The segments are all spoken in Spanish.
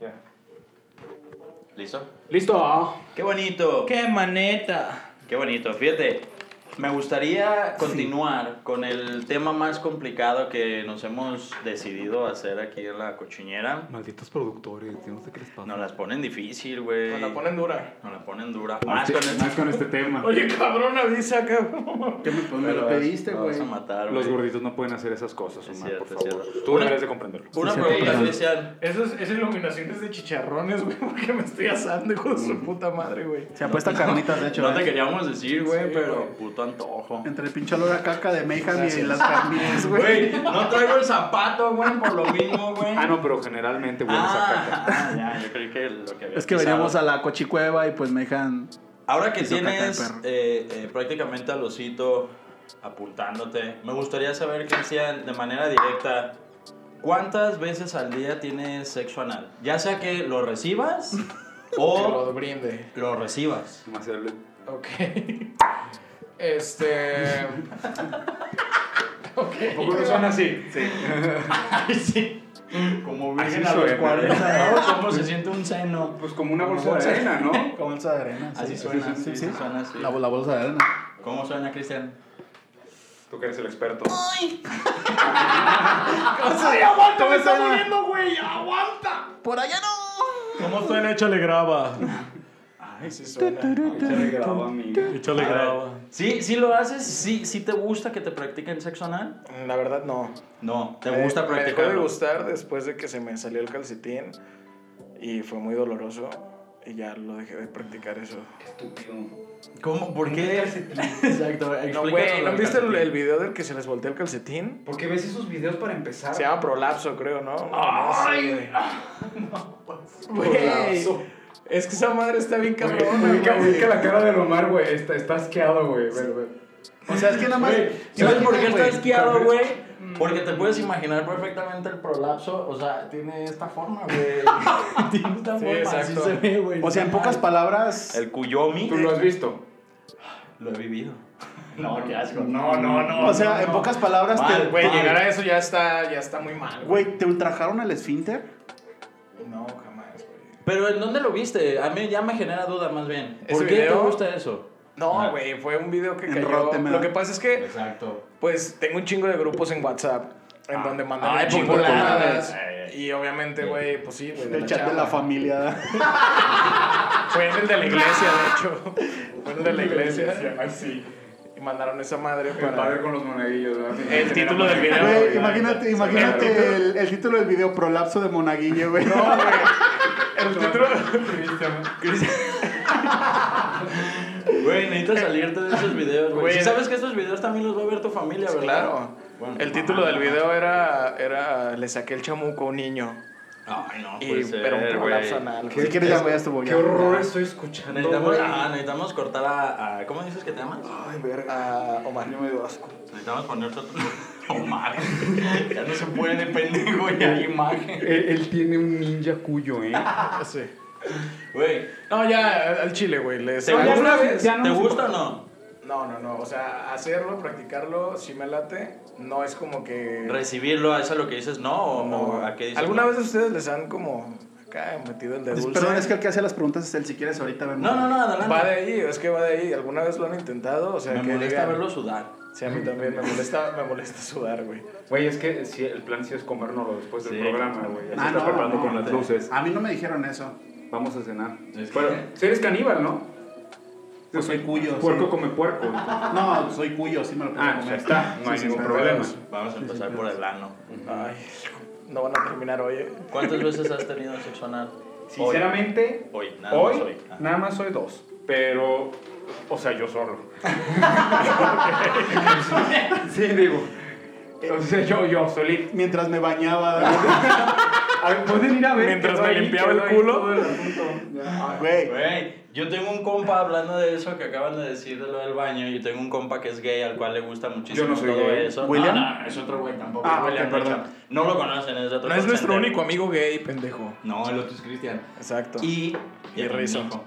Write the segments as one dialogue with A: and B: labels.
A: Ya.
B: ¿Listo?
C: Listo.
B: ¡Qué bonito!
D: ¡Qué maneta!
B: Qué bonito. Fíjate, me gustaría continuar con el tema más complicado que nos hemos decidido hacer aquí en la cochiñera.
C: Malditos productores, yo no sé qué les pasa.
B: Nos las ponen difícil, güey.
A: Nos la ponen dura.
B: Nos la ponen dura.
C: más,
B: Más
C: este,
B: Ah, con esto.
C: más con este tema.
A: Oye, cabrón, avisa, cabrón.
D: ¿Qué me, pues me lo
B: Pero
D: pediste,
B: nos
D: güey?
B: Vamos a matar,
C: Los
B: güey.
C: gorditos no pueden hacer esas cosas,
B: Es
C: Omar,
B: cierto,
C: por
B: es
C: favor.
B: cierto.
C: Tú
B: Una-
C: deberías de comprenderlo.
B: Una
D: Sí,
B: pregunta
D: perdón.
B: especial.
A: Esos, esa iluminación es de chicharrones, güey, porque me estoy asando, hijo de su puta madre, güey.
D: Se apuestan carnitas, de hecho.
B: No te
D: ¿eh?
B: queríamos decir, güey,
A: Sí,
B: pero
A: güey.
B: puto antojo.
D: Entre el pinche olor a caca de Mayhem y las carnitas, güey.
B: Güey, no traigo el zapato, güey, por lo mismo, güey.
C: Ah, no, pero generalmente hueles a caca.
B: Ah, ah, ya, yo creí que lo que había
D: Es que
B: pisado.
D: veníamos a la cochicueva y pues Mayhem.
B: Ahora que
D: Hizo caca de
B: tienes
D: perro.
B: eh, eh, prácticamente al osito apuntándote, me gustaría saber, Cristian, de manera directa, ¿cuántas veces al día tienes sexo anal? Ya sea que lo recibas
A: Que
B: o
A: lo brinde.
B: lo recibas.
C: Más el-
A: Ok. Este. Ok.
C: ¿A poco no suena así? Sí.
B: Ay, sí. Como
C: Así
B: virgen a los
C: suena.
B: 40, ¿no? ¿Cómo se siente un seno?
C: Pues como una bolsa de arena, ¿no?
D: Como bolsa de arena.
B: Así suena, sí, sí, suena así.
D: La, la bolsa de arena.
B: ¿Cómo suena, Cristian?
C: Tú que eres el experto.
A: ¡Ay, aguanta! ¡Me está muriendo, güey! ¡Aguanta!
D: Por allá no.
A: ¿Cómo suena? Échale graba. Ay, sí suena.
C: le grabo a mí.
A: Échale graba.
B: ¿Sí, sí lo haces? ¿Sí, ¿Sí te gusta que te practiquen sexo anal?
A: La verdad, no.
B: No, te
A: Eh, Me-
B: gusta
A: Me dejó de
B: practicarlo.
A: gustar después de que se me salió el calcetín y fue muy doloroso y ya lo dejé de practicar eso.
B: ¿Cómo? ¿Por qué? Exacto,
A: No,
B: explícanos
A: güey,
B: lo
A: ¿no
B: del
A: viste el,
B: calcetín.
A: el video del que se les volteó el calcetín?
E: Porque ves esos videos para
B: Ah.
E: empezar.
A: Se llama prolapso, creo, ¿no? ¡Ay! Güey,
E: Prolapso.
A: es que esa madre está bien
E: Güey,
A: cabrona,
E: ubica,
A: güey.
E: ubica la cara de Omar, güey. Está, está asqueado, güey. Pero, güey.
D: O sea, es que nada más.
E: Güey,
B: ¿Sabes por qué está
D: Imagínate,
B: esquiado, güey? Porque te puedes imaginar perfectamente el prolapso, o sea, tiene esta forma, güey. tiene esta
A: Sí,
B: forma, así
A: exacto.
B: se ve, güey.
D: güey. O sea, en pocas palabras.
B: El cuyomi
E: Tú lo has visto.
B: lo he vivido. No, qué asco.
A: No, no, no.
D: O sea, en pocas palabras.
B: Mal,
D: te-
A: Güey,
B: Vale.
A: llegar a eso ya está, ya está muy mal.
D: Güey, ¿te ultrajaron el esfínter?
A: No, jamás, güey.
B: Pero ¿en dónde lo viste? A mí ya me genera duda más bien.
A: ¿Ese
B: ¿Por qué te
A: video?
B: gusta eso?
A: No,
B: Ah.
A: güey, fue un video que
D: En
A: cayó.
D: Rotten,
A: Lo
D: ¿verdad?
A: que pasa es que
B: Exacto.
A: Pues tengo un chingo de grupos en WhatsApp en donde mandan
B: Ah. Ay,
A: un chingo de
B: populares.
A: mamadas.
B: Ay, ay.
A: Y obviamente, güey, pues sí, güey. de
D: El
A: la
D: chat de la
A: chamba.
D: familia.
A: Fue en el de la iglesia, de hecho. Fue en el de la iglesia.
E: Ay, sí.
A: Y mandaron esa madre
E: El padre
A: para.
E: con los monaguillos, ¿verdad?
A: El título del video.
D: Güey,
A: güey.
D: imagínate, imagínate el, el título del video, Prolapso de Monaguillo, güey.
A: No, güey. El título.
B: Güey, necesitas salirte de esos videos, güey.
A: Güey,
B: Si sabes que esos videos también los va a ver tu familia, ¿verdad?
A: Claro.
B: Bueno,
A: El
B: no
A: título
B: mames,
A: del
B: no
A: video era, era Le saqué el chamuco a un niño.
B: Ay, no,
A: Y,
B: puede ser,
A: pero un prolapso
B: güey.
A: anal.
D: Si
A: güey.
D: quieres, ya voy a estuvo
E: Qué
D: ya.
E: horror estoy escuchando,
B: Necesitamos,
E: güey.
B: ah, necesitamos cortar a, a- ¿Cómo dices que te llamas?
A: Ay, verga. Omar, yo me dio asco.
B: Necesitamos ponerte otro... Omar. ya no se puede, pendejo, ya hay imagen.
E: Él, él tiene un ninja cuyo, ¿eh?
A: Sí.
B: Güey,
A: No, ya al chile, güey. Le
B: ¿te,
A: saqué-
E: ya
B: gusta,
E: no me- ya no
B: ¿te
E: me-
B: gusta o no?
A: No, no, no. O sea, hacerlo, practicarlo, si me late, no es como que.
B: ¿Recibirlo? ¿A eso es lo que dices no o
A: no.
B: o a qué dices
A: ¿Alguna
B: no?
A: vez ustedes les han como acá metido el de dulce?
D: Perdón, es que el que hace las preguntas es el si quieres ahorita. ven.
B: No, no, no, adelante.
A: Va de ahí, es que va de ahí. ¿Alguna vez lo han intentado? O sea,
B: Me
A: que
B: molesta
A: digan-
B: verlo sudar.
A: Sí, a mí también me molesta, me molesta sudar, güey.
E: Güey, es que sí, el plan sí es comérnoslo después del
B: Sí.
E: programa, güey. Ya
D: Ah,
E: se está
D: no,
E: preparando
D: no,
E: con las luces.
D: Pues, A mí no me dijeron eso.
E: Vamos a cenar.
B: Es que-
E: Bueno, si eres caníbal, ¿no? Pues
D: Yo soy cuyo,
E: Puerco
D: sí.
E: come puerco. entonces-
D: No, soy cuyo, sí me lo puedo
E: Ah, pues ya
D: comer.
E: está. No hay
D: Sí, sí,
E: ningún
D: sí.
E: problema.
B: Vamos a empezar por el ano.
A: Ay, no van a terminar hoy, eh.
B: ¿Cuántas veces has tenido sexo anal?
E: Sinceramente,
B: Hoy,
E: hoy,
B: nada más hoy. Ah.
E: nada más soy dos. Pero, o sea, yo solo. sí, digo. O sea, yo, yo, solito.
D: Mientras me bañaba,
E: A ver, pueden ir a ver.
A: Mientras
E: quedó
A: me
E: ahí,
A: limpiaba el
E: quedó ahí
A: culo.
E: todo el asunto. Ya.
D: güey.
B: Güey, Yo tengo un compa hablando de eso que acaban de decir de lo del baño. Yo tengo un compa que es gay al cual le gusta muchísimo
C: Yo no soy
B: todo
C: gay.
B: eso.
D: ¿William?
B: No, no, es otro güey tampoco.
D: Ah,
B: William,
D: ok,
B: de hecho.
D: perdón.
B: No lo conocen, es de otro
A: No es nuestro
B: center.
A: único amigo gay, pendejo.
B: No, el otro es Cristian.
A: Exacto.
B: Y.
A: Y Rizzo.
B: Nico.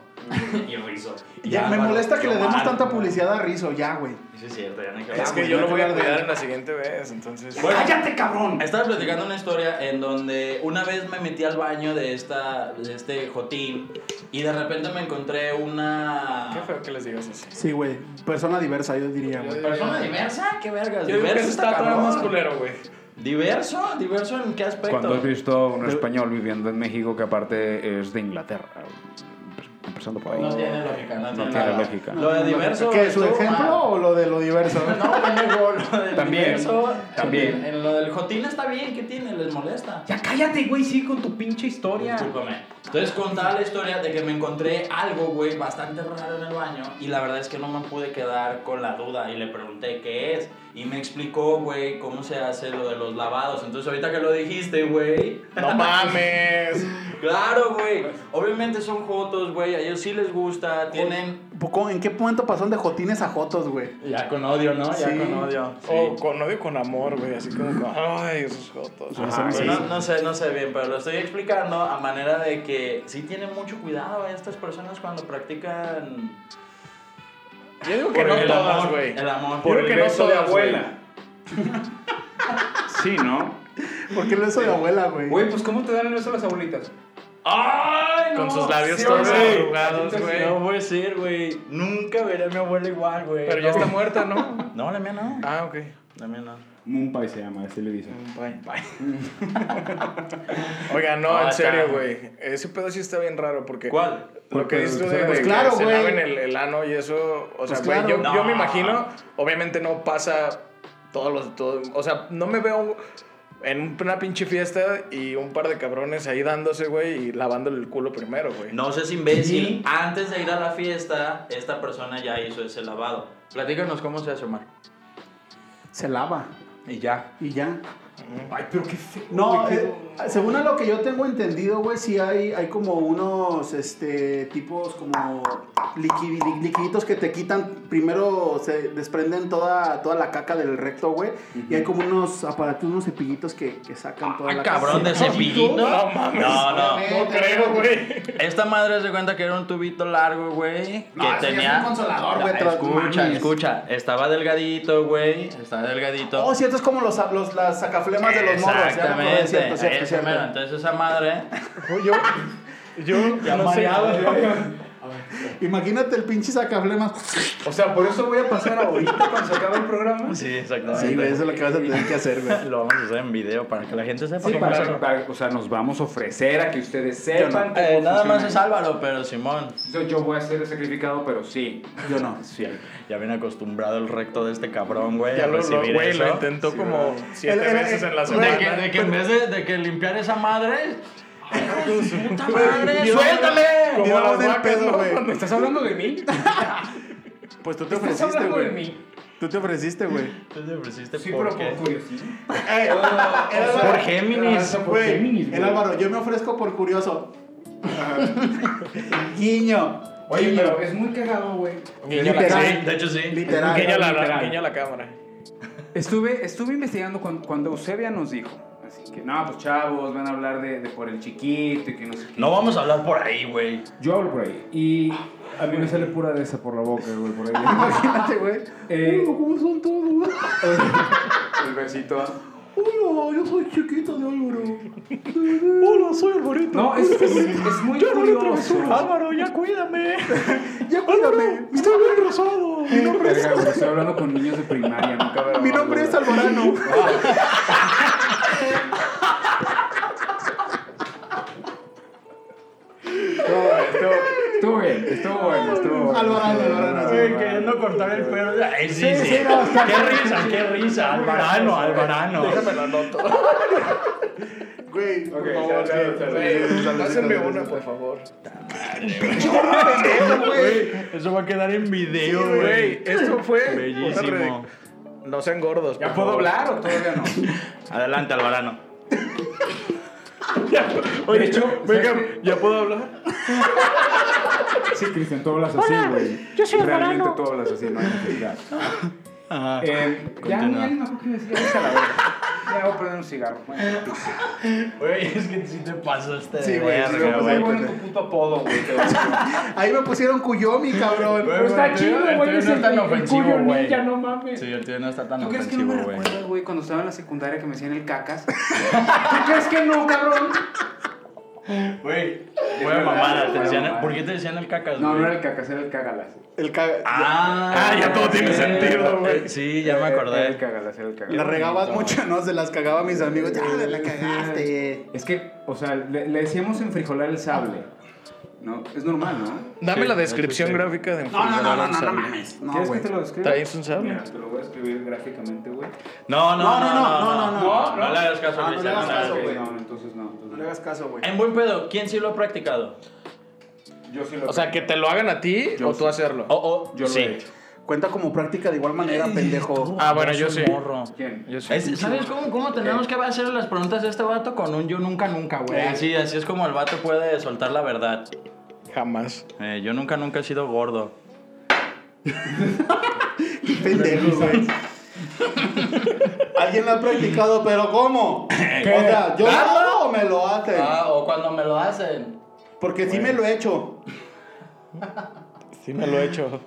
B: y Rizzo. Y
D: Ya, me
B: Álvaro,
D: molesta que le demos
B: Omar.
D: tanta publicidad a Rizo, ya, güey.
B: Sí, es cierto, ya no hay que
A: es
B: hablar.
A: que
D: vamos,
A: yo
D: no
A: lo
D: hay
A: voy
D: que
A: a
D: hablar de
A: cuidar
D: él.
A: en la siguiente vez, entonces.
B: Bueno,
D: ¡Cállate, cabrón!
B: Estaba platicando una historia en donde una vez me metí al baño de, esta, de este Jotín y de repente me encontré una.
A: Qué feo que les digas así.
D: Sí, güey. Persona diversa, yo diría, güey.
B: ¿Persona diversa? ¿Qué vergas?
A: Yo digo que
B: ¿Diverso
A: eso está
B: cabrón?
A: todavía más culero, güey.
B: ¿Diverso? ¿Diverso en qué aspecto?
E: Cuando has visto un español viviendo en México que aparte es de Inglaterra. Empe- Empezando por ahí.
B: No tiene lógica, no, tiene,
E: tiene
B: nada.
E: lógica.
B: Lo de diverso.
D: ¿Qué, su
B: estuvo
D: ejemplo
B: mal.
D: o lo de lo diverso?
B: No, pendejo, lo del
E: También,
B: diverso.
E: también.
B: En, en lo del Jotín está bien, ¿qué tiene? ¿Les molesta?
E: Ya cállate, güey, sí, con tu pinche historia.
B: Discúlpame. Entonces contaba la historia de que me encontré algo, güey, bastante raro en el baño y la verdad es que no me pude quedar con la duda y le pregunté qué es y me explicó, güey, cómo se hace lo de los lavados. Entonces ahorita que lo dijiste, güey,
A: No mames.
B: claro, güey. Obviamente son jotos, güey, a ellos sí les gusta, tienen...
D: Poco- ¿En qué momento pasaron de jotines a jotos, güey?
B: Ya con odio, ¿no? Ya
D: Sí.
B: con odio. Oh,
A: O con odio con amor, güey. Así como, con, ay, esos jotos.
D: Ajá,
A: Esos-
D: sí.
B: No, no sé, no sé bien, pero lo estoy explicando a manera de que sí tienen mucho cuidado eh, estas personas cuando practican
A: Yo digo que
C: Por
A: no
C: el
A: todas,
B: amor,
A: güey.
B: El amor.
A: Yo
C: Por
A: creo
C: el
A: que no
C: beso de
A: todas, güey.
C: abuela. Sí, ¿no?
D: ¿Por qué lo hizo de abuela, güey?
E: Güey, pues ¿cómo te dan el beso a las abuelitas?
B: ¡Ay,
A: Con
B: no!
A: sus labios
B: Sí,
A: todos
B: güey.
A: arrugados, güey.
B: No puede ser, güey. Nunca veré a mi abuela igual, güey.
A: Pero ya
B: No.
A: está muerta, ¿no?
B: No, la mía no.
A: Ah, ok.
B: La mía no.
F: Mumbai se llama, así le dicen.
A: Bye. Oiga, no,
B: Ah,
A: en
B: está.
A: serio, güey. Ese pedo sí está bien raro porque.
B: ¿Cuál?
A: Lo que dices tú de
F: Pues
A: güey, que
D: claro,
A: se
D: güey.
A: laven el, el ano y eso, o sea,
D: Pues
A: güey,
D: claro.
A: yo, yo
B: No.
A: me imagino, obviamente no pasa todos los, todos, o sea, no me veo en una pinche fiesta y un par de cabrones ahí dándose, güey, y lavándole el culo primero, güey.
B: No seas imbécil. Antes de ir a la fiesta, esta persona ya hizo ese lavado. Platícanos cómo se hace, Omar.
D: Se lava
B: Y ya.
D: y ya.
E: Ay, pero qué feo.
D: No,
E: güey,
D: eh, según a lo que yo tengo entendido, güey, sí hay, hay como unos este, tipos como liqui- li- liquiditos que te quitan. Primero se desprenden toda, toda la caca del recto, güey. Y hay como unos aparatos, unos cepillitos que, que sacan toda
B: Ah,
D: la
B: cabrón de
D: caca.
B: cepillito.
A: No mames.
B: No, no.
A: No creo, güey.
B: Esta madre se cuenta que era un tubito largo, güey.
D: No,
B: que
D: eso ya es
B: tenía.
D: un consolador, güey, te lo-
B: Escucha,
D: mames.
B: escucha. Estaba delgadito, güey. Estaba delgadito.
D: Oh, cierto, es como los, los, las sacaflemas de los morros. ya me acordé,
B: Exactamente.
D: cierto, cierto,
B: eso,
D: cierto.
B: mero. Entonces esa madre.
A: Yo, yo no sé.
D: Imagínate el pinche sacaflemas.
E: O sea, por eso voy a pasar ahorita cuando se acabe el programa.
B: Sí, exactamente.
D: Sí, güey, eso es lo que vas a tener que hacer, güey.
B: Lo vamos a hacer en video para que la gente sepa.
E: Sí,
B: cómo
E: para-
B: hacerlo.
E: para- o sea, nos vamos a ofrecer a que ustedes sepan. cómo
B: Eh, nada
E: funciona
B: más es
E: esto.
B: Álvaro, pero Simón.
E: Yo- Yo voy a ser sacrificado, pero sí.
D: Yo no.
B: Sí, ya viene acostumbrado el recto de este cabrón, güey.
A: Ya
B: a
A: lo, lo-
B: recibir
A: güey,
B: eso.
A: lo intentó como
D: El-
A: siete
D: el-
A: veces en la
D: el-
A: semana.
B: De que, de que en vez de, de que limpiar esa madre. ¡Ay, su puta madre!
D: Dios,
B: ¡Suéltale!
A: Como
D: Dios,
A: las
D: del
A: vacas,
D: pedo,
A: ¿no?
D: güey.
A: Cuando-
E: ¿Estás hablando de mí?
D: Pues tú te
E: ¿Estás
D: ofreciste,
E: hablando de
D: güey.
E: mí?
D: Tú te ofreciste, güey.
B: Tú te ofreciste
E: Sí,
B: Pues, por
E: pero
B: qué.
E: por curiosidad.
B: Por Géminis.
D: Güey, el Álvaro, yo me ofrezco por curioso. Guiño.
E: Oye,
D: guiño.
E: pero es muy cagado, güey.
A: Guiño a la-
D: Literal.
B: Sí, de hecho sí.
D: Literal.
A: guiño a la-
E: Literal.
A: guiño a la cámara.
E: Estuve, estuve investigando cuan- cuando Eusebia nos dijo. Así que, no, pues chavos, van a hablar de, de por el chiquito y que no sé qué.
B: No vamos a hablar por ahí, güey.
F: Yo hablo por ahí. Y a mí me sale pura de esa por la boca, güey, por ahí.
D: Imagínate, güey.
E: Eh,
D: Uy, ¿Cómo son todos?
C: El besito.
D: Hola, yo soy chiquito de Álvaro.
A: Hola, soy Alvarito.
E: No, es, es, es muy curioso.
A: Álvaro, ya cuídame.
D: Ya cuídame.
A: Estoy bien rosado.
E: Verga, güey, estoy hablando con niños de primaria, nunca habrá
D: Mi
E: hablado,
D: nombre
E: güey.
D: es Alvarano.
E: Estuvo- Estuvo bien, estuvo bueno, estuvo bueno.
D: Alvarano,
E: estuvo
D: Alvarano,
E: bueno,
D: sí,
E: estuvo
B: Queriendo
E: bueno.
B: cortar el pelo. Ay, sí, sí.
D: Sí, sí, no, está-
B: qué risa, qué risa. Alvarano, Alvarano.
A: Déjame la nota.
D: Güey, por
E: Ok,
D: favor,
E: ya, ya,
D: sí,
E: ya,
D: sí, sí, sí, sí, sí, sí,
A: Pásenme
D: sí,
A: una,
D: sí.
A: por favor.
B: Eso va a quedar en video,
A: Güey, esto fue. una
B: Bellísimo.
A: rede- No sean gordos.
E: ¿Ya
A: por
E: puedo
A: favor.
E: hablar o todavía no?
B: Adelante, Alvarano.
E: De hecho,
A: Venga,
E: ¿sabes qué?
A: ¿ya puedo hablar?
F: Sí, Cristian, tú hablas así, güey.
G: yo soy
F: Realmente
G: hermano.
F: tú hablas así, no hay necesidad.
A: Ajá.
F: Eh,
E: Ya, ya, ya, no creo que iba a decir, ya, vete a la verga. Ya voy a prender un cigarro. Bueno,
B: Güey, es que sí te pasaste.
D: Sí, güey, sí me
B: verga,
D: pasé,
B: güey.
D: güey.
E: tu puto apodo, güey. te voy a-
D: Ahí me pusieron Cuyomi, cabrón.
A: Pero está chido, güey, es el- el Cuyo Ninja,
G: no mames.
B: Sí, el tío no está tan
E: ¿Tú crees que no me
B: ofensivo, güey.
E: recuerdas, güey, cuando estaba en la secundaria que me hacían el cacas? ¿Tú crees que no, cabrón?
B: Güey,
E: verdad,
B: fue mamada. Te
E: fue
B: decían,
E: mamada.
B: ¿Por qué te decían el cacas,
E: No,
B: güey?
E: no era el cacas, era el cagalas.
D: El caga-
B: Ah,
A: Ah, ya todo tiene
B: sí.
A: sentido, güey.
B: Sí, ya me
E: Era el
B: acordé.
E: cagalas, era el cagalas.
D: La regabas mucho, ¿no? Se las cagaba a mis amigos. Ya, la cagaste.
E: Es que, o sea, le, le decíamos enfrijolar el sable. No, es normal, ¿no?
A: Dame la descripción gráfica de
D: No, no, no, no, no, no
A: Sable.
D: mames. No,
E: ¿Quieres
D: güey.
E: que te lo describa?
A: ¿Traes un sable?
E: Mira, te lo voy a escribir gráficamente, güey.
B: No, no, no, no,
D: no,
B: no.
D: no,
B: No le hagas caso
D: No,
B: a
D: no le
B: Cristian.
D: hagas
B: no le hagas
D: caso,
B: caso.
E: Ok,
D: güey.
E: No, no, entonces no. entonces no.
D: No le hagas caso, güey.
B: En buen pedo, ¿quién sí lo ha practicado?
E: Yo sí lo
A: O sea, que te lo hagan a ti o tú hacerlo.
B: O, o,
E: Yo lo
B: sí.
E: he hecho.
D: Cuenta como práctica de igual manera, pendejo.
A: Ah, bueno, yo
B: Soy
A: sí.
B: Morro.
E: ¿Quién?
A: Yo sí.
B: Es- ¿Sabes cómo, cómo tenemos que hacer las preguntas de este vato con un yo nunca nunca, güey? Así, así es como el vato puede soltar la verdad.
A: Jamás.
B: Eh, yo nunca nunca he sido gordo.
D: Pendejo, güey. Alguien lo ha practicado, pero ¿cómo? O sea, ¿yo lo hago o me lo hacen?
B: Ah, o cuando me lo hacen.
D: Porque sí me lo he hecho.
A: Sí me lo he hecho.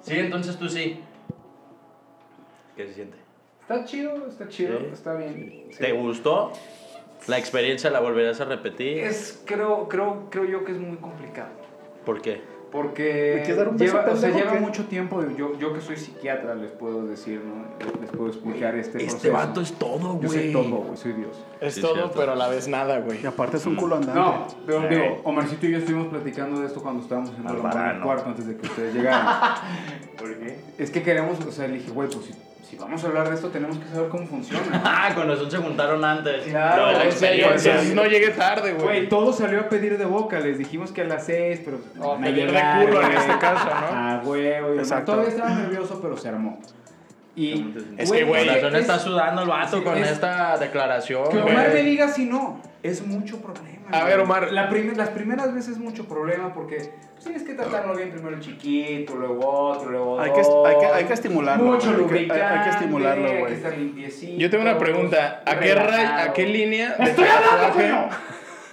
B: Sí, entonces tú sí. ¿Qué se siente?
E: Está chido, está chido,
B: Sí.
E: está bien. Sí.
B: ¿Te gustó? ¿La experiencia la volverás a repetir?
E: Es, creo, creo, creo yo que es muy complicado.
B: ¿Por qué?
E: Porque pues,
D: ¿Me quieres dar un beso,
E: lleva, o sea,
D: pendejo,
E: lleva
D: o qué?
E: mucho tiempo, de- yo, yo que soy psiquiatra les puedo decir, ¿no? Les puedo explicar este, proceso.
B: es todo,
E: Yo soy todo, güey, soy Dios.
A: Es
B: Sí,
A: todo,
B: cierto.
A: pero a la vez nada, güey.
D: Y aparte es un culo andante.
E: No, pero digo, Omarcito y yo estuvimos platicando de esto cuando estábamos en el
B: Alvarano.
E: cuarto antes de que ustedes llegaran.
B: ¿Por qué?
E: es que queremos, o sea, le dije, güey, pues si, si vamos a hablar de esto tenemos que saber cómo funciona.
B: Ah, con razón se juntaron antes. Lo
E: Claro,
B: de la
E: o sea,
B: experiencia.
A: Entonces, pues, no llegué tarde,
E: Güey,
A: güey.
E: todo salió a pedir de boca, les dijimos que a las seis, pero...
A: No,
E: van a
A: pedir de
E: llegar,
A: Oh, culo en
E: güey.
A: este caso, ¿no?
E: Ah, güey,
D: Exacto.
E: Exacto. Todavía estaba nervioso, pero se armó. Y,
A: Es que, güey,
B: Con razón
E: es-
B: está sudando el vato
E: sí,
B: con
E: es-
B: esta declaración.
E: Que
B: güey.
E: Omar me diga si no, es mucho problema.
A: A
E: güey.
A: ver, Omar.
E: La prim- las primeras veces es mucho problema porque pues, tienes que tratarlo bien primero el chiquito, luego otro, luego
D: Hay que,
E: dos.
D: hay que, hay que estimularlo.
E: Mucho
D: hay, que, hay-
E: lubricante.
D: hay que estimularlo,
E: hay que
D: güey.
E: estar limpiecito,
A: Yo tengo una pregunta. ¿A qué,
E: relajado.
A: ray, ¿A qué línea de tu tatuaje?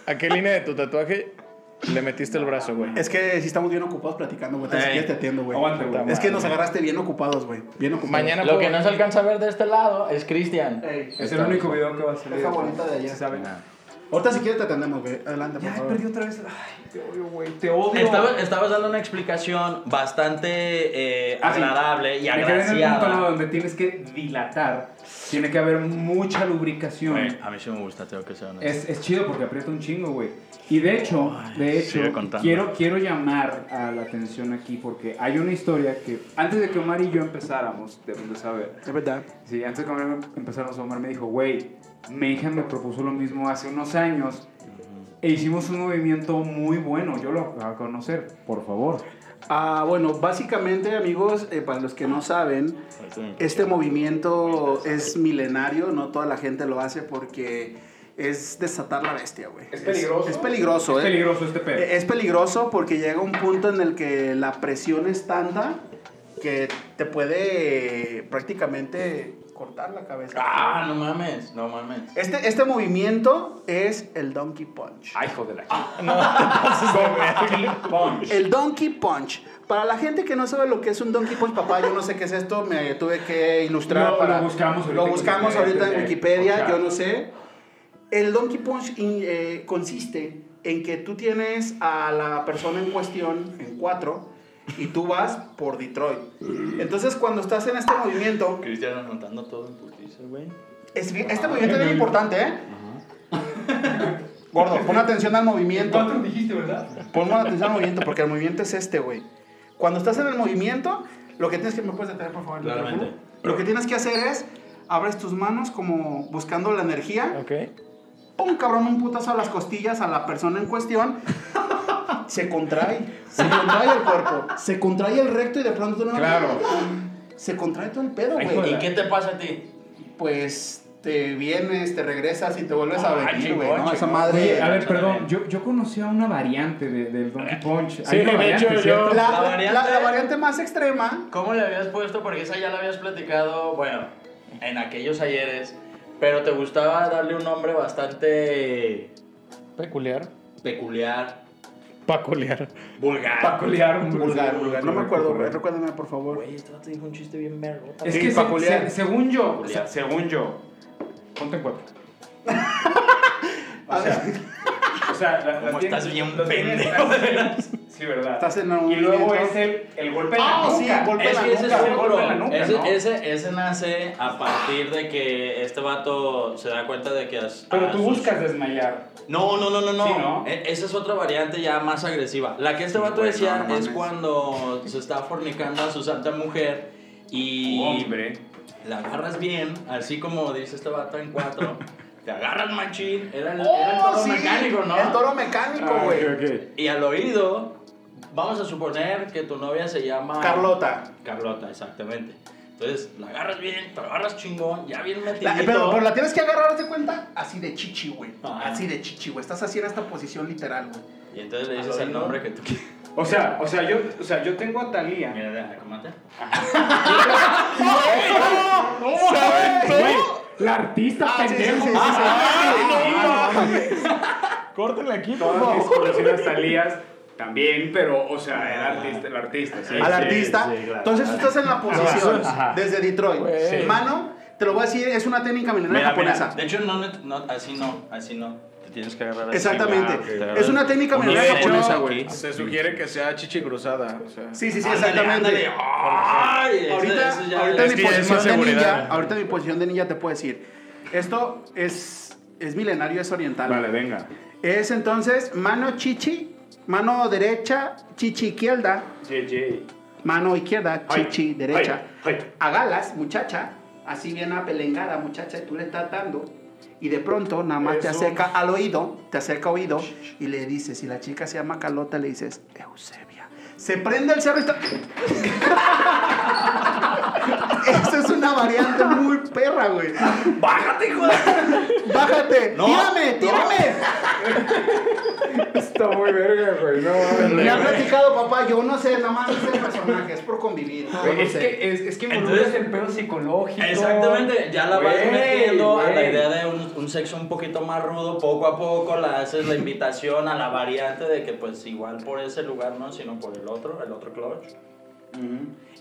A: ¿A qué línea de tu tatuaje le metiste el brazo, güey?
D: Es que si estamos bien ocupados platicando, güey. Entonces,
B: Ey.
D: ya te atiendo, güey.
E: Aguante, güey.
D: Es que nos agarraste bien ocupados, güey. Bien ocupados.
A: Mañana
B: Lo
A: puedo-
B: que no se alcanza a ver de este lado es Cristian.
D: Ey.
E: Es el único video que va a salir.
D: Esa bonita de allá.
E: ¿Se sabe?
D: Ahorita si quieres te atendemos, güey. Adelante, por
E: Ya
D: favor.
E: perdí otra vez. Ay, te odio, güey. Te odio.
B: Estabas, estabas dando una explicación bastante eh,
E: Ah, sí.
B: agradable y
E: Me quedé en el punto al lado
B: agraciada.
E: donde tienes que dilatar. Tiene que haber mucha lubricación.
B: Güey, Eh, A mí sí me gusta, tengo que ser honesto.
E: Es, es chido porque aprieta un chingo, güey. Y de hecho, de hecho,
B: sigue contando.
E: quiero, quiero llamar a la atención aquí porque hay una historia que antes de que Omar y yo empezáramos, deben de saber.
D: Es verdad.
E: Sí, antes de que Omar empezáramos, Omar me dijo, güey, mi hija me propuso lo mismo hace unos años e hicimos un movimiento muy bueno. Yo lo voy a conocer, por favor.
D: Ah, bueno, básicamente, amigos, eh, para los que no saben, este movimiento es milenario, no toda la gente lo hace porque es desatar la bestia, güey. Es, peligroso,
E: Es
D: eh.
E: peligroso este pedo.
D: Eh, Es peligroso porque llega un punto en el que la presión es tanta que te puede eh, prácticamente cortar la cabeza.
B: Ah, no mames, no mames.
D: Este, este movimiento es el Donkey Punch.
E: Ay, hijo de la chica.
D: El Donkey Punch. Para la gente que no sabe lo que es un Donkey Punch, papá, yo no sé qué es esto, me tuve que ilustrar.
E: Lo-
D: para-
E: lo buscamos ahorita
D: lo
E: en
D: buscamos
E: Wikipedia,
D: ahorita en
E: eh,
D: Wikipedia,
E: o sea.
D: yo no sé. El Donkey Punch in- eh, consiste en que tú tienes a la persona en cuestión en cuatro y tú vas por Detroit. Entonces, cuando estás en este movimiento,
B: Cristian anotando todo en putiza, güey.
D: es bien- este movimiento es bien importante, ¿eh? Gordo, pon atención al movimiento.
E: dijiste, verdad?
D: Ponme atención al movimiento, porque el movimiento es este, güey. Cuando estás en el movimiento, lo que tienes que... ¿Me puedes detener, por favor? el
B: Claramente.
D: micrófono? Lo que tienes que hacer es... Abres tus manos como buscando la energía.
A: Ok.
D: Pum, cabrón, un putazo a las costillas a la persona en cuestión. Se contrae. Se contrae el cuerpo. Se contrae el recto y de pronto...
E: Claro.
D: Se contrae todo el pedo,
E: Ay,
D: güey.
E: joder.
B: ¿Y qué te pasa a ti?
D: Pues... te vienes, te regresas y te vuelves a venir, güey.
B: chingón,
D: No, esa
B: chingón.
D: madre.
E: Oye, a ver,
D: eh,
E: perdón, yo, yo conocía una variante de- del Donkey Punch.
A: Sí,
E: Hay una
A: de
E: variante,
A: hecho, yo-
E: ¿cierto?
D: La,
B: La
D: la-
B: variante-
D: la variante más extrema.
B: ¿Cómo le habías puesto? Porque esa ya la habías platicado, bueno, en aquellos ayeres, pero te gustaba darle un nombre bastante
A: Peculiar.
B: peculiar,
A: Peculiar.
B: vulgar.
E: Peculiar, un-
D: Vulgar, vulgar. No me acuerdo, güey.
E: peculiar.
D: Recuérdame, por favor.
B: Güey, este vato dijo un chiste bien vergo.
E: Es
D: Sí,
E: que se-
D: peculiar.
E: se- según yo,
B: Peculiar.
E: se- según yo, ponte en cuatro.
D: A ver,
E: O sea, la, la
B: Como
E: tienes-
B: estás bien
E: lo tienes
B: pendejo,
E: así. Sí, verdad.
D: Estás en un
E: y luego
D: movimiento.
E: es el, el golpe en la
D: Ah, sí,
E: nuca.
D: golpe en
B: Es
D: la
B: que ese es
D: nuca.
E: otro.
B: otro.
E: en la nuca,
B: ese,
E: ¿no?
B: ese, ese nace a partir de que este vato se da cuenta de que. as-
E: Pero
B: a
E: tú
B: sus-
E: buscas desmayar.
B: No, no, no, no, no.
E: Sí, ¿no?
B: E- esa es otra variante ya más agresiva. La que este vato
D: güey,
B: decía
D: no, no
B: es
D: mames.
B: cuando se está fornicando a su santa mujer y la agarras bien, así como dice este vato en cuatro. Te agarras machín, era el, era el
D: Oh,
B: toro
D: sí,
B: mecánico, ¿no?
D: El toro mecánico,
E: Ah,
D: güey.
E: ok, ok.
B: Y al oído, vamos a suponer que tu novia se llama.
D: Carlota.
B: Carlota, exactamente. Entonces, la agarras bien, te la agarras chingón, ya bien metidito.
D: La- pero, pero la tienes que agarrar, de cuenta, así de chichi, güey.
B: Ah.
D: Así de chichi, güey. Estás así en esta posición literal, güey.
B: Y entonces le dices el nombre que tú quieres.
E: O sea, o sea, yo, o sea, yo tengo a Talía.
B: Mira, deja, acomódate.
E: Güey, la artista
D: Ah, sí, sí,
E: pendejo.
D: sí, sí, sí.
E: Ah, no, no, no.
A: Córtenle aquí, por
E: Todas mis
A: favor.
E: conocidas Talías también, pero, o sea, el artista, el artista, sí.
D: al
E: sí,
D: artista.
E: sí, claro.
D: Entonces tú estás en la posición
E: Ajá.
D: desde Detroit.
A: Güey.
D: Mano, te lo voy a decir, es una técnica milenaria
B: Mira,
D: japonesa.
B: mira, De hecho, no, no, así no, así no. Te tienes que agarrar así.
D: Exactamente.
B: güey, te
D: Es
B: agarras-
D: una técnica
B: Un
D: milenaria
B: derecho
D: japonesa,
B: aquí.
D: güey.
A: Se sugiere que sea chichi cruzada. O sea.
D: Sí, sí, sí,
B: Ándale,
D: exactamente.
B: ándale. Ay, ese-
D: Ahorita,
B: ese ya-
D: ahorita en
A: es
D: mi
A: que ya es
D: posición
A: más
D: de
A: seguridad.
D: ninja, ahorita en mi posición de ninja te puedo decir, esto es, es milenario, es oriental.
E: Vale, venga.
D: Es entonces mano chichi, mano derecha, chichi izquierda,
E: JJ.
D: mano izquierda, chichi derecha.
E: ay, ay.
D: Agalas, muchacha, así bien apelengada, muchacha, y tú le estás dando. Y de pronto nada más te
A: Eso.
D: acerca al oído, te acerca al oído y le dices, si la chica se llama Calota, le dices, Eusebia. Se prende el cerro y está... Esa es una variante muy perra, güey.
B: Bájate, hijo de.
D: Bájate,
B: No,
D: tírame,
B: no.
D: tírame.
F: Está muy verga, güey. No, mames.
D: Me han platicado, papá, yo no sé, nada más es el personaje, es por convivir. yo
F: Güey,
D: no
F: es
D: sé.
F: que, es, es que
B: Entonces-
F: involucras el pedo psicológico.
B: Exactamente, ya la vas
F: Güey,
B: metiendo a la
F: güey.
B: idea de un, un sexo un poquito más rudo, poco a poco la haces la invitación a la variante de que pues igual por ese lugar no, sino por el otro, el otro clutch.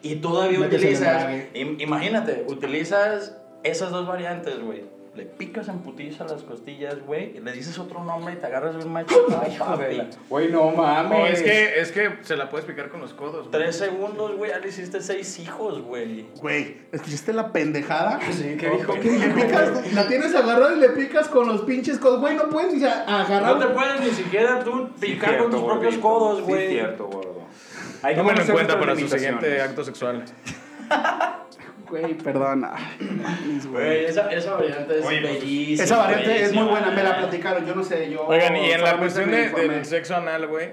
B: Y todavía
D: Métesele
B: utilizas,
D: madre.
B: im- imagínate, utilizas esas dos variantes, güey. Le picas en putiza las costillas, güey, y le dices otro nombre y te agarras un macho. Ay, papi.
F: Güey, no mames.
A: No, es que, es que se la puedes picar con los codos. güey.
B: Tres segundos, güey, ya le hiciste seis hijos, güey.
D: Güey, ¿escuchaste la pendejada?
F: Sí, ¿qué dijo?
D: Que le picas, la tienes agarrada y le picas con los pinches codos. Güey, no puedes ni a- agarrar.
B: No te puedes ni siquiera tú
E: Sí,
B: picar
E: cierto,
B: con tus propios
E: gordito.
B: codos,
E: Sí,
B: güey.
E: cierto, gordo. Hay que
A: Tómenlo en
E: conocer
A: cuenta
E: nuestras
A: para su siguiente
E: limitaciones.
A: acto sexual.
D: Güey, perdón. Ay, no mames,
B: Güey,
D: güey.
B: esa, esa variante es
E: Oye, pues,
B: bellísima.
D: Esa variante es muy
B: bellísima.
D: buena, me la platicaron, yo no sé, yo...
A: Oigan, y en la
D: solamente
A: cuestión
D: me
A: de-
D: informé.
A: del sexo anal, güey,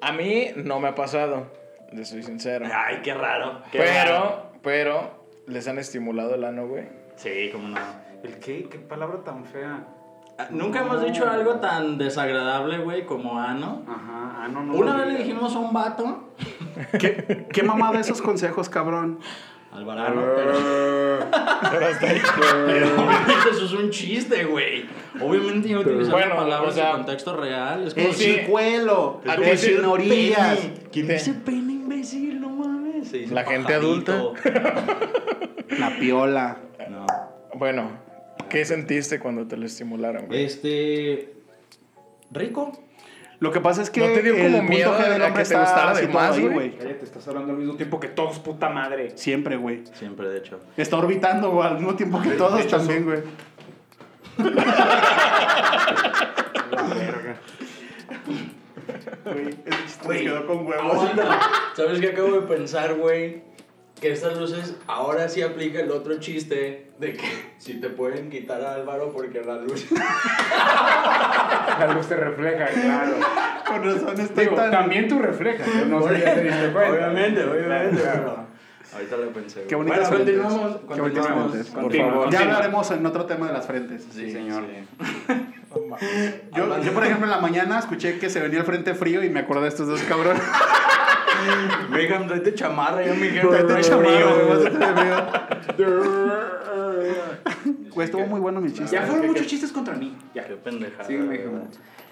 A: a mí no me ha pasado, les soy sincero.
B: Ay, qué raro. qué raro.
A: Pero, pero, les han estimulado el ano, güey.
B: Sí, cómo no.
E: ¿El qué? ¿Qué palabra tan fea?
B: Ah, Nunca hemos dicho algo tan desagradable, güey, como ano.
E: Ajá, ah, no, no.
B: Una
E: no,
B: vez le
E: no.
B: dijimos a un vato.
D: ¿Qué, qué mamada esos consejos, cabrón?
B: Al varano, pero. pero obviamente eso es un chiste, güey. Obviamente yo utilizar
A: Bueno,
B: palabras
A: o sea,
B: en contexto real. Es como
D: El
A: sí.
D: chicuelo,
A: A ti
D: el
A: sí.
D: sin orillas.
B: Pene. ¿Quién
A: Sí.
B: dice pene imbécil? No mames. Se dice
A: La gente
B: pajarito.
D: La piola.
B: No.
A: Bueno, ¿qué sentiste cuando te lo estimularon, güey?
B: Este. Rico.
D: Lo que pasa es que
A: ¿No te dio
D: el
A: como
D: punto
A: miedo
D: G
A: a
D: del
A: que
D: hombre
A: te
D: está
A: gustara de
D: situado
A: más,
D: ahí,
A: güey?
D: güey.
E: Cállate, estás hablando al mismo tiempo que todos, puta madre.
D: Siempre, güey.
B: Siempre, de hecho.
D: Está orbitando, güey, al mismo tiempo que todos también, güey. Güey, ese chiste nos quedó con huevos.
B: Aguanta. ¿Sabes qué acabo de pensar, güey? Que estas luces ahora sí aplica el otro chiste de que si te pueden quitar a Álvaro porque la luz.
E: La luz te refleja, claro.
D: Con razón este estoy
E: Digo,
D: tan...
E: también tú reflejas. yo No sé si ya te diste cuenta.
B: obviamente, obviamente.
E: Claro.
B: pero- Ahorita lo pensé. güey.
D: Qué bonitas
B: bueno,
D: frentes.
B: continuamos.
D: Qué bonitas
B: continuamos.
D: frentes.
A: por
E: Continúa,
A: favor.
D: Ya
E: continúa.
D: hablaremos en otro tema de las frentes.
B: Sí,
E: señor.
B: sí.
D: Yo, yo, por ejemplo, en la mañana escuché que se venía el frente frío y me acordé de estos dos cabrones.
B: Megan, tráete chamarra, ya, Megan.
D: Vete
B: Trae frío,
D: chamarra,
B: güey.
D: güey, vas a tener frío. Güey, estuvo muy bueno mi chiste.
E: Ya fueron muchos chistes contra mí. Ya.
B: Qué pendejada.
E: Sí, me dijo.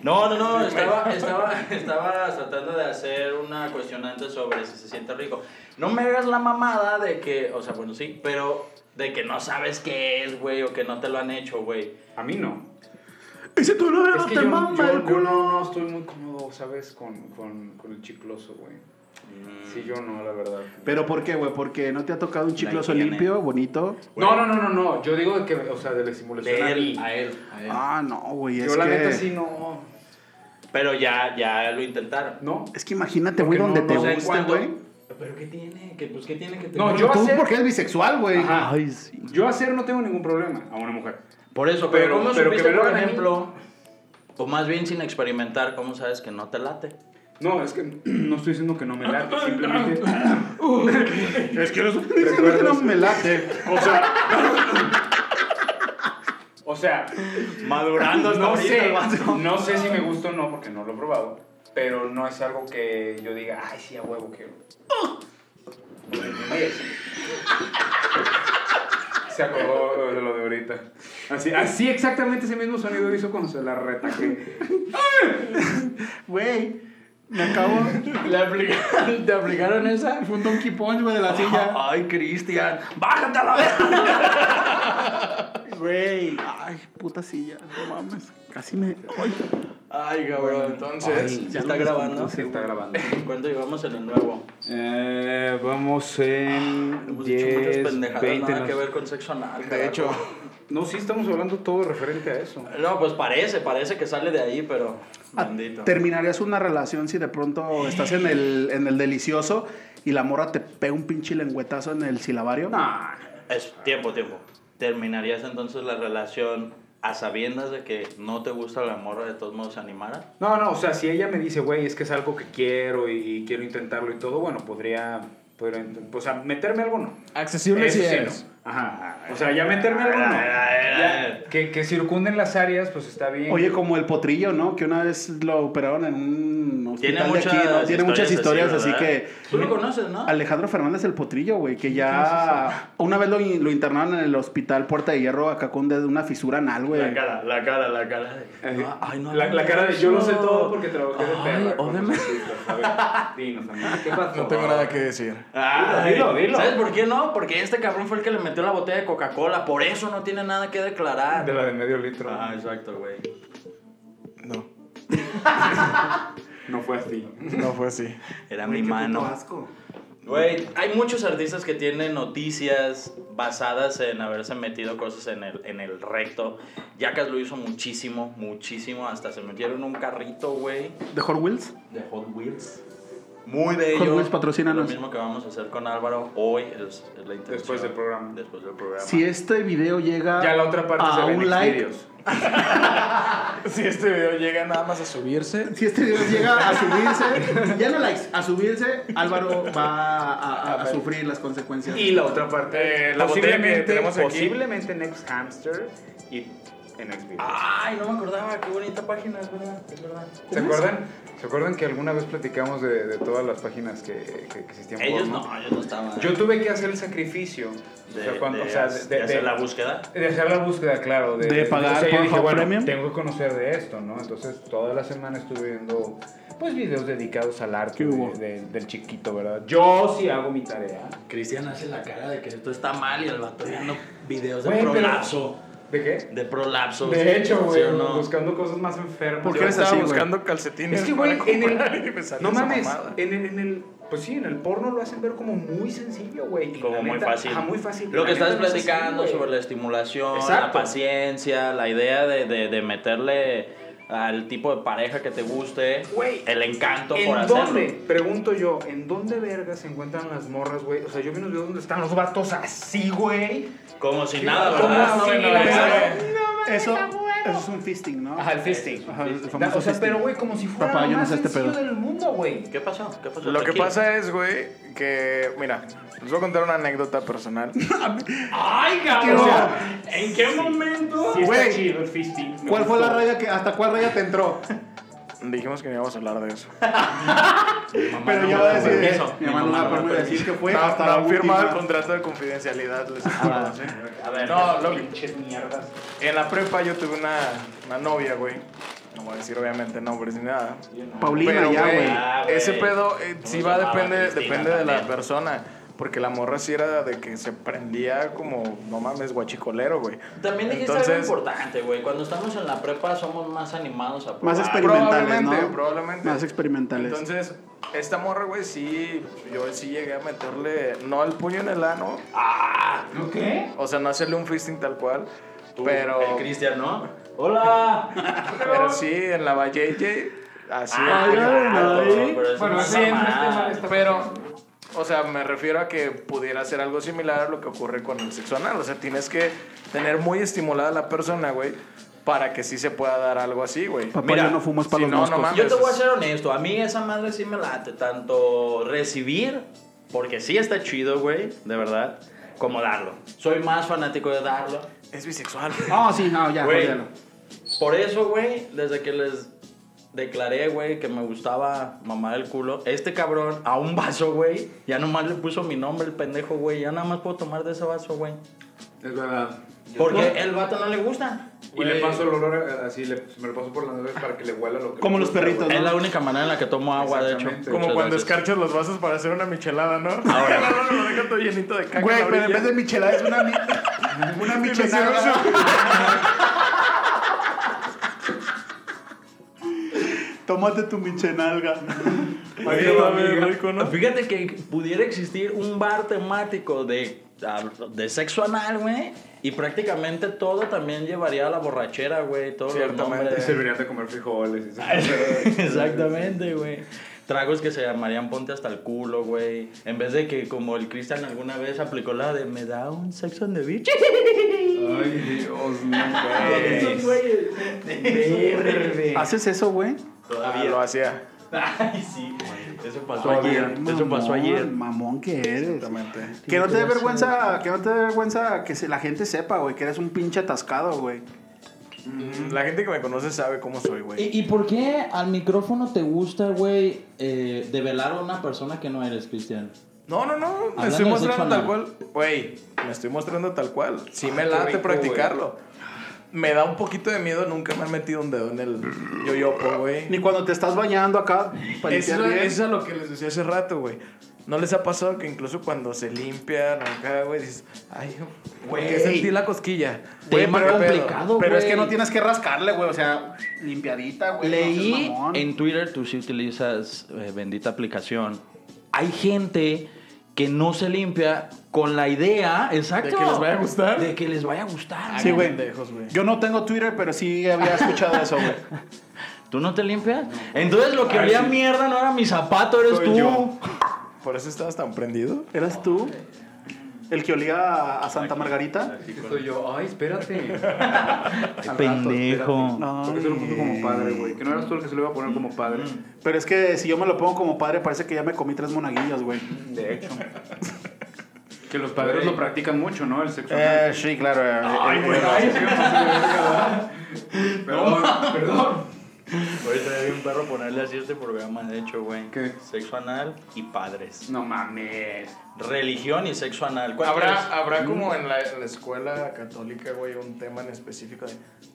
B: No, no, no, estaba, estaba, estaba tratando de hacer una cuestionante sobre si se siente rico. No me hagas la mamada de que, o sea, bueno, sí, pero de que no sabes qué es, güey, o que no te lo han hecho, güey.
E: A mí no.
D: Ese tu novio
E: Es
D: no
E: que
D: te
E: yo,
D: mama
E: yo-
D: el
E: yo
D: culo.
E: no, no estoy muy cómodo, ¿sabes? Con, con, con el chicloso, güey.
D: Mm.
E: Sí, yo no, la verdad.
D: Pero ¿por qué, güey? Porque no te ha tocado un chicloso
B: higiene.
D: limpio, bonito.
E: No, no, no, no, no. Yo digo que, o sea, de la
B: De
E: estimulación a mí.
B: él, Pues a él, a él.
D: Ah, no, güey.
E: Yo
D: Es
E: la
D: que...
E: neta sí no.
B: Pero ya, ya lo intentaron.
E: No.
D: Es que imagínate, güey,
E: Porque
D: donde
E: no-
D: te
E: no sé
D: guste,
B: cuándo-
D: güey.
B: Pero ¿qué tiene? ¿Qué, pues, ¿qué tiene que
E: No,
B: tener?
E: yo
D: Tú
E: hacer-
D: porque eres bisexual, güey.
E: Ajá.
D: Ay, sí.
E: Yo hacer no tengo ningún problema a una mujer.
B: Por eso,
E: Pero-
B: pero, ¿cómo
E: pero que
B: supiste,
E: me lo
B: por
E: hagan a mí?
B: ejemplo, o más bien sin experimentar, cómo sabes que no te late?
E: No, es que no estoy diciendo que no me late, simplemente
D: Es que los
E: Recuerdos.
D: no me late.
E: O sea. o sea,
B: Madurando hasta
E: no
B: ahorita,
E: sé,
B: el vato.
E: no sé si me gusta o no, porque no lo he probado. Pero no es algo que yo diga, ay, sí, a huevo quiero. Se acordó de lo de ahorita. Así, así exactamente ese mismo sonido hizo cuando se la retaqué.
D: Güey, me acabo.
B: ¿Le aplicaron, ¿Te aplicaron esa?
D: Fue un Donkey Punch, güey, de la silla.
B: Ay, Cristian, bájate a la verga.
D: Güey. Ay, puta silla. No mames. Casi me. Ay.
B: Ay, cabrón, entonces.
A: Ay,
B: ¿Ya está grabando?
E: Sí, está grabando.
B: ¿Cuánto llevamos en el nuevo?
E: Eh, vamos en
B: Ah, Hemos dicho muchas
E: 10,
B: pendejadas,
E: 20.
B: nada que
E: nos-
B: ver con sexo anal.
A: De hecho,
E: No, sí, estamos hablando todo referente a eso.
B: carajo. No, pues parece, parece que sale de ahí, pero.
D: Ah,
B: Bendito.
D: ¿Terminarías una relación si de pronto estás en el, en el delicioso y la morra te pega un pinche lengüetazo en el silabario?
E: Nah.
B: Es tiempo, tiempo. ¿Terminarías entonces la relación a sabiendas de que no te gusta la morra de todos modos se animara?
E: No, no, o sea, si ella me dice, güey, es que es algo que quiero y, y quiero intentarlo y todo, bueno, podría, podría int- o sea, meterme algo no.
A: accesible
E: Eso
A: sí
E: sí,
A: es.
E: no. Ajá. O sea, ya meterme algo no. Ya, que, que circunden las áreas, pues está bien.
D: Oye, como el potrillo, ¿no? Que una vez lo operaron en un hospital
B: Tiene
D: de
B: muchas,
D: aquí, ¿no? Tiene muchas historias, así,
B: ¿verdad?
D: que...
B: Tú lo conoces, ¿no?
D: Alejandro Fernández el Potrillo, güey, que ya una vez lo, in- lo internaron en el hospital Puerta de Hierro acá con de- una fisura anal, güey.
B: La cara, la cara, la cara. de-
E: Así.
B: Ay, no,
E: la,
B: no,
E: la
B: no,
E: cara de yo lo sé
B: no.
E: todo porque trabajé de
B: Ay,
E: perra. con
B: ódeme.
E: los chicos. A ver, dinos, amigo, ¿qué pasó?
A: No tengo nada que decir.
B: Ah,
E: Dilo, dilo, dilo.
B: ¿Sabes por qué no? Porque este cabrón fue el que le metió la botella de Coca-Cola. Por eso no tiene nada que declarar.
E: De la de medio litro.
B: Ah, exacto, güey.
A: No,
E: No fue así.
A: no fue así.
B: Era mi mano. Güey, hay muchos artistas que tienen noticias basadas en haberse metido cosas en el, en el recto. Jackas lo hizo muchísimo, muchísimo. Hasta se metieron en un carrito, güey,
D: ¿De Hot Wheels?
B: de Hot Wheels. Muy bello.
D: Hot Wheels, patrocínanos.
B: Lo mismo que vamos a hacer con Álvaro hoy es, es la intención.
E: Después del programa.
B: Después del programa.
D: Si este video llega
E: Ya la otra parte
D: a
E: se ven
D: un like,
E: Xvideos.
A: Si este video llega nada más a subirse,
D: si este video llega a subirse, ya no likes, a subirse, Álvaro va a, a- a sufrir las consecuencias.
E: Y la otra parte,
A: Eh, la botella que tenemos aquí.
E: posiblemente Next Hamster y en Next Video.
B: Ay, no me acordaba, qué bonita página, es verdad, es verdad.
E: ¿Se acuerdan? ¿Se acuerdan que alguna vez platicamos de, de todas las páginas que, que- que existían
B: Ellos
E: porno?
B: no, ellos no estaban.
E: Yo tuve que hacer el sacrificio
B: de,
E: o sea, cuando-
B: de-
E: o sea, de-
B: de
E: de-
B: hacer la
E: de-
B: búsqueda.
E: de hacer la búsqueda, claro.
D: De pagar
E: o sea, yo
D: Pornhub
E: dije, bueno,
D: Premium.
E: Tengo que conocer de esto, ¿no? Entonces, toda la semana estuve viendo pues videos dedicados al arte
D: ¿Qué hubo?
E: de- de- del chiquito, ¿verdad? Yo sí hago mi tarea.
B: Cristian hace la cara de que esto está mal y el vato viendo videos de
E: Güey, pero-
B: prolapso.
E: ¿De qué?
B: De prolapso.
E: De hecho,
B: ¿sí
E: güey,
B: o no?
E: buscando cosas más enfermas.
D: ¿Por
A: yo
D: qué eres
A: estaba
D: así, güey?
A: buscando calcetines.
E: Es que, güey,
A: para
E: en
A: comprar y
E: el.
A: me salió
E: No
A: esa
E: mames,
A: mamada.
E: en el, en el. Pues sí, en el porno lo hacen ver como muy sencillo, güey. y la
B: Como muy
E: neta-
B: fácil.
E: ajá, muy fácil.
B: Lo
E: La
B: que
E: neta
B: estás
E: no es así,
B: platicando
E: güey.
B: sobre la estimulación, la
E: Exacto.
B: paciencia, la idea de, de- de meterle al tipo de pareja que te guste,
E: Güey,
B: el encanto
E: ¿En
B: por hacerlo.
E: dónde? Pregunto yo, ¿en dónde verga se encuentran las morras, güey? O sea, yo vi unos videos donde están los vatos así, güey.
B: Como si nada,
E: Como
A: Ah,
B: ¿verdad?
E: si
B: No, no,
E: nada.
B: no.
D: Eso, Eso es un fisting, ¿no?
G: Ajá, el fisting.
D: Ajá, el famoso
G: Da- O sea,
D: fisting.
G: pero güey, como si fuera
D: Papá,
G: lo
D: yo no
G: más
D: sé este
G: sencillo
D: pedo.
G: del mundo, güey.
B: ¿Qué pasó? ¿Qué pasó?
A: Lo que
B: Tranquilo.
A: pasa es, güey, que. Mira, les voy a contar una anécdota personal.
G: Ay, cabrón.
D: O
G: ¿En qué momento?
F: Sí, está
D: Güey.
F: chido el fisting. me
D: ¿Cuál fue la
F: gustó.
D: raya que, hasta cuál raya te entró?
A: Dijimos que no íbamos a hablar de eso.
B: Mamá,
D: Pero
B: no,
D: ya va a decir
B: güey,
D: eso. Mi hermano
B: mamá
D: va a
B: no me
D: poder
B: permite.
D: decir que fue
A: no,
D: hasta
A: no
D: la
A: han firmado el
D: última.
A: contrato de confidencialidad, les
D: Ah.
A: recuerdo, ¿sí?
G: A ver,
A: No, lo-
G: pinches mierdas.
A: En la prepa yo tuve una, una novia, güey. No voy a decir obviamente nombres ni nada.
D: Paulina,
A: Pero,
D: ya,
A: güey,
D: güey.
B: Ah, güey.
A: ese pedo eh, sí
B: se
A: va,
B: llamaba
A: depende,
B: Cristina
A: depende de la
B: también.
A: persona. Porque la morra sí era de que se prendía como, no mames, guachicolero, güey.
B: También dijiste algo
A: Entonces-
B: importante, güey. Cuando estamos en la prepa somos más animados a probar.
D: Más experimentales,
A: probablemente,
D: ¿no?
A: probablemente.
D: Más experimentales.
A: Entonces, esta morra, güey, sí, yo sí llegué a meterle, no el puño en el ano,
G: ¿No qué?
A: o sea, no hacerle un fisting tal cual,
B: Tú,
A: pero,
B: El Cristian, ¿no? ¡Hola!
A: pero sí, en la valle, así.
D: Ay, ay, ay.
B: pero eso
F: Bueno,
B: no
F: sí,
B: está
F: no
A: este
B: mal.
F: está mal, está
A: Pero, o sea, me refiero a que pudiera ser algo similar a lo que ocurre con el sexo anal. O sea, tienes que tener muy estimulada a la persona, güey, para que sí se pueda dar algo así, güey.
D: Papá,
B: Mira,
D: yo no fumas para los
A: si no, no
D: moscos.
A: mames.
B: Yo te voy a ser honesto, a mí esa madre sí me late, tanto recibir, porque sí está chido, güey, de verdad, como darlo. Soy más fanático de darlo.
A: Es bisexual.
D: Oh, sí, no, ya,
B: Güey.
D: olvídalo.
B: Por eso, güey, desde que les declaré, güey, que me gustaba mamar el culo, este cabrón a un vaso, güey, ya nomás le puso mi nombre, el pendejo, güey, ya nada más puedo tomar de ese vaso, güey.
E: Es verdad.
B: Porque el vato no le gusta.
E: Y le paso el olor eh, así, le- me lo paso por las nubes para que le huela lo que.
D: Como
E: le
D: los
E: gusta,
D: perritos,
E: güey.
B: Es la única manera en la que tomo agua, de hecho.
E: Exactamente.
A: Como
B: Muchas
A: cuando
B: gracias.
A: escarchas los vasos para hacer una michelada, ¿no? Ahora. lo deja todo llenito de caca. en
D: Ah, Güey,
A: la
D: pero en
A: orilla.
D: vez de michelada es una, mi- una
A: Y le
D: michelada.
A: cierras su-
D: Tómate tu michenalga.
A: Oye,
B: Pero,
A: mami,
B: amiga,
A: rico, ¿no?
B: Fíjate que pudiera existir un bar temático de, ah, de sexo anal, güey. Y prácticamente todo también llevaría a la borrachera, güey. Todos los
A: Ciertamente.
E: Y
B: nombres.
E: servirían de comer frijoles. y
B: Exactamente, güey. Tragos que se llamarían ponte hasta el culo, güey. En vez de que como el Cristian alguna vez aplicó la de me da un sexo en the beach.
E: Ay, Dios mío.
B: Esos güeyes. Verde.
D: ¿Haces eso, güey?
A: Ah, lo
B: Todavía.
A: hacía.
B: Ay, sí. Eso pasó
E: Todavía.
B: ayer. Eso pasó ayer.
D: Mamón que eres. Que no te dé vergüenza, que no te dé vergüenza que se- la gente sepa, güey, que eres un pinche atascado, güey.
A: La gente que me conoce sabe cómo soy, güey.
G: ¿Y, y por qué al micrófono te gusta, güey, eh, develar a una persona que no eres, Cristian?
A: No, no, no. Me
G: Hablando
A: estoy
G: de
A: mostrando
G: sexo
A: tal
G: anal.
A: cual. Güey, me estoy mostrando tal cual. Sí me
E: qué
A: late
E: rico,
A: practicarlo. Me da un poquito de miedo. Nunca me han metido un dedo en el yoyopo, güey.
D: Ni cuando te estás bañando acá, para
A: Eso
D: limpiar bien.
A: eso es a lo que les decía hace rato, güey. ¿No les ha pasado que incluso cuando se limpian acá, güey, dices, ay, güey,
D: Güey.
A: sentí la cosquilla?
G: Güey,
A: Tema
G: pero
A: qué pedo.
G: complicado,
D: Pero es
G: güey.
D: que no tienes que rascarle, güey, o sea, limpiadita, güey. no seas
B: Leí
D: mamón.
B: en Twitter, tú sí utilizas eh, bendita aplicación. Hay gente que no se limpia con la idea, exacto.
A: ¿De que les vaya a gustar?
B: De que les vaya a gustar.
D: Sí, güey.
A: pendejos, güey.
D: Yo no tengo Twitter, pero sí había escuchado eso, güey.
B: ¿Tú no te limpias? Entonces lo que olía a mierda no era mi zapato, eres
E: Soy
B: tú.
E: yo.
A: ¿Por eso estabas tan prendido?
D: ¿Eras tú? ¿El que olía a- a Santa Margarita?
E: Estoy yo. Ay, espérate. Al
B: Pendejo.
E: rato, espérate. Porque se lo puso como padre, güey. Que no eras tú el que se lo iba a poner como padre.
D: Pero es que si yo me lo pongo como padre, parece que ya me comí tres monaguillos, güey.
E: De hecho. Que los padres lo practican mucho, ¿no? El sexo.
D: Eh, sí, claro.
E: Ay, güey. Ay, sí, vamos a verga, ¿verdad? Perdón, perdón.
B: Ahorita hay un perro ponerle así este programa, de hecho, güey.
E: ¿Qué?
B: Sexo anal y padres.
E: No mames.
B: Religión y sexo anal.
A: Pues
B: ¿Cuál crees?
A: Habrá, habrá como en la, en la escuela católica, güey, un tema en específico de.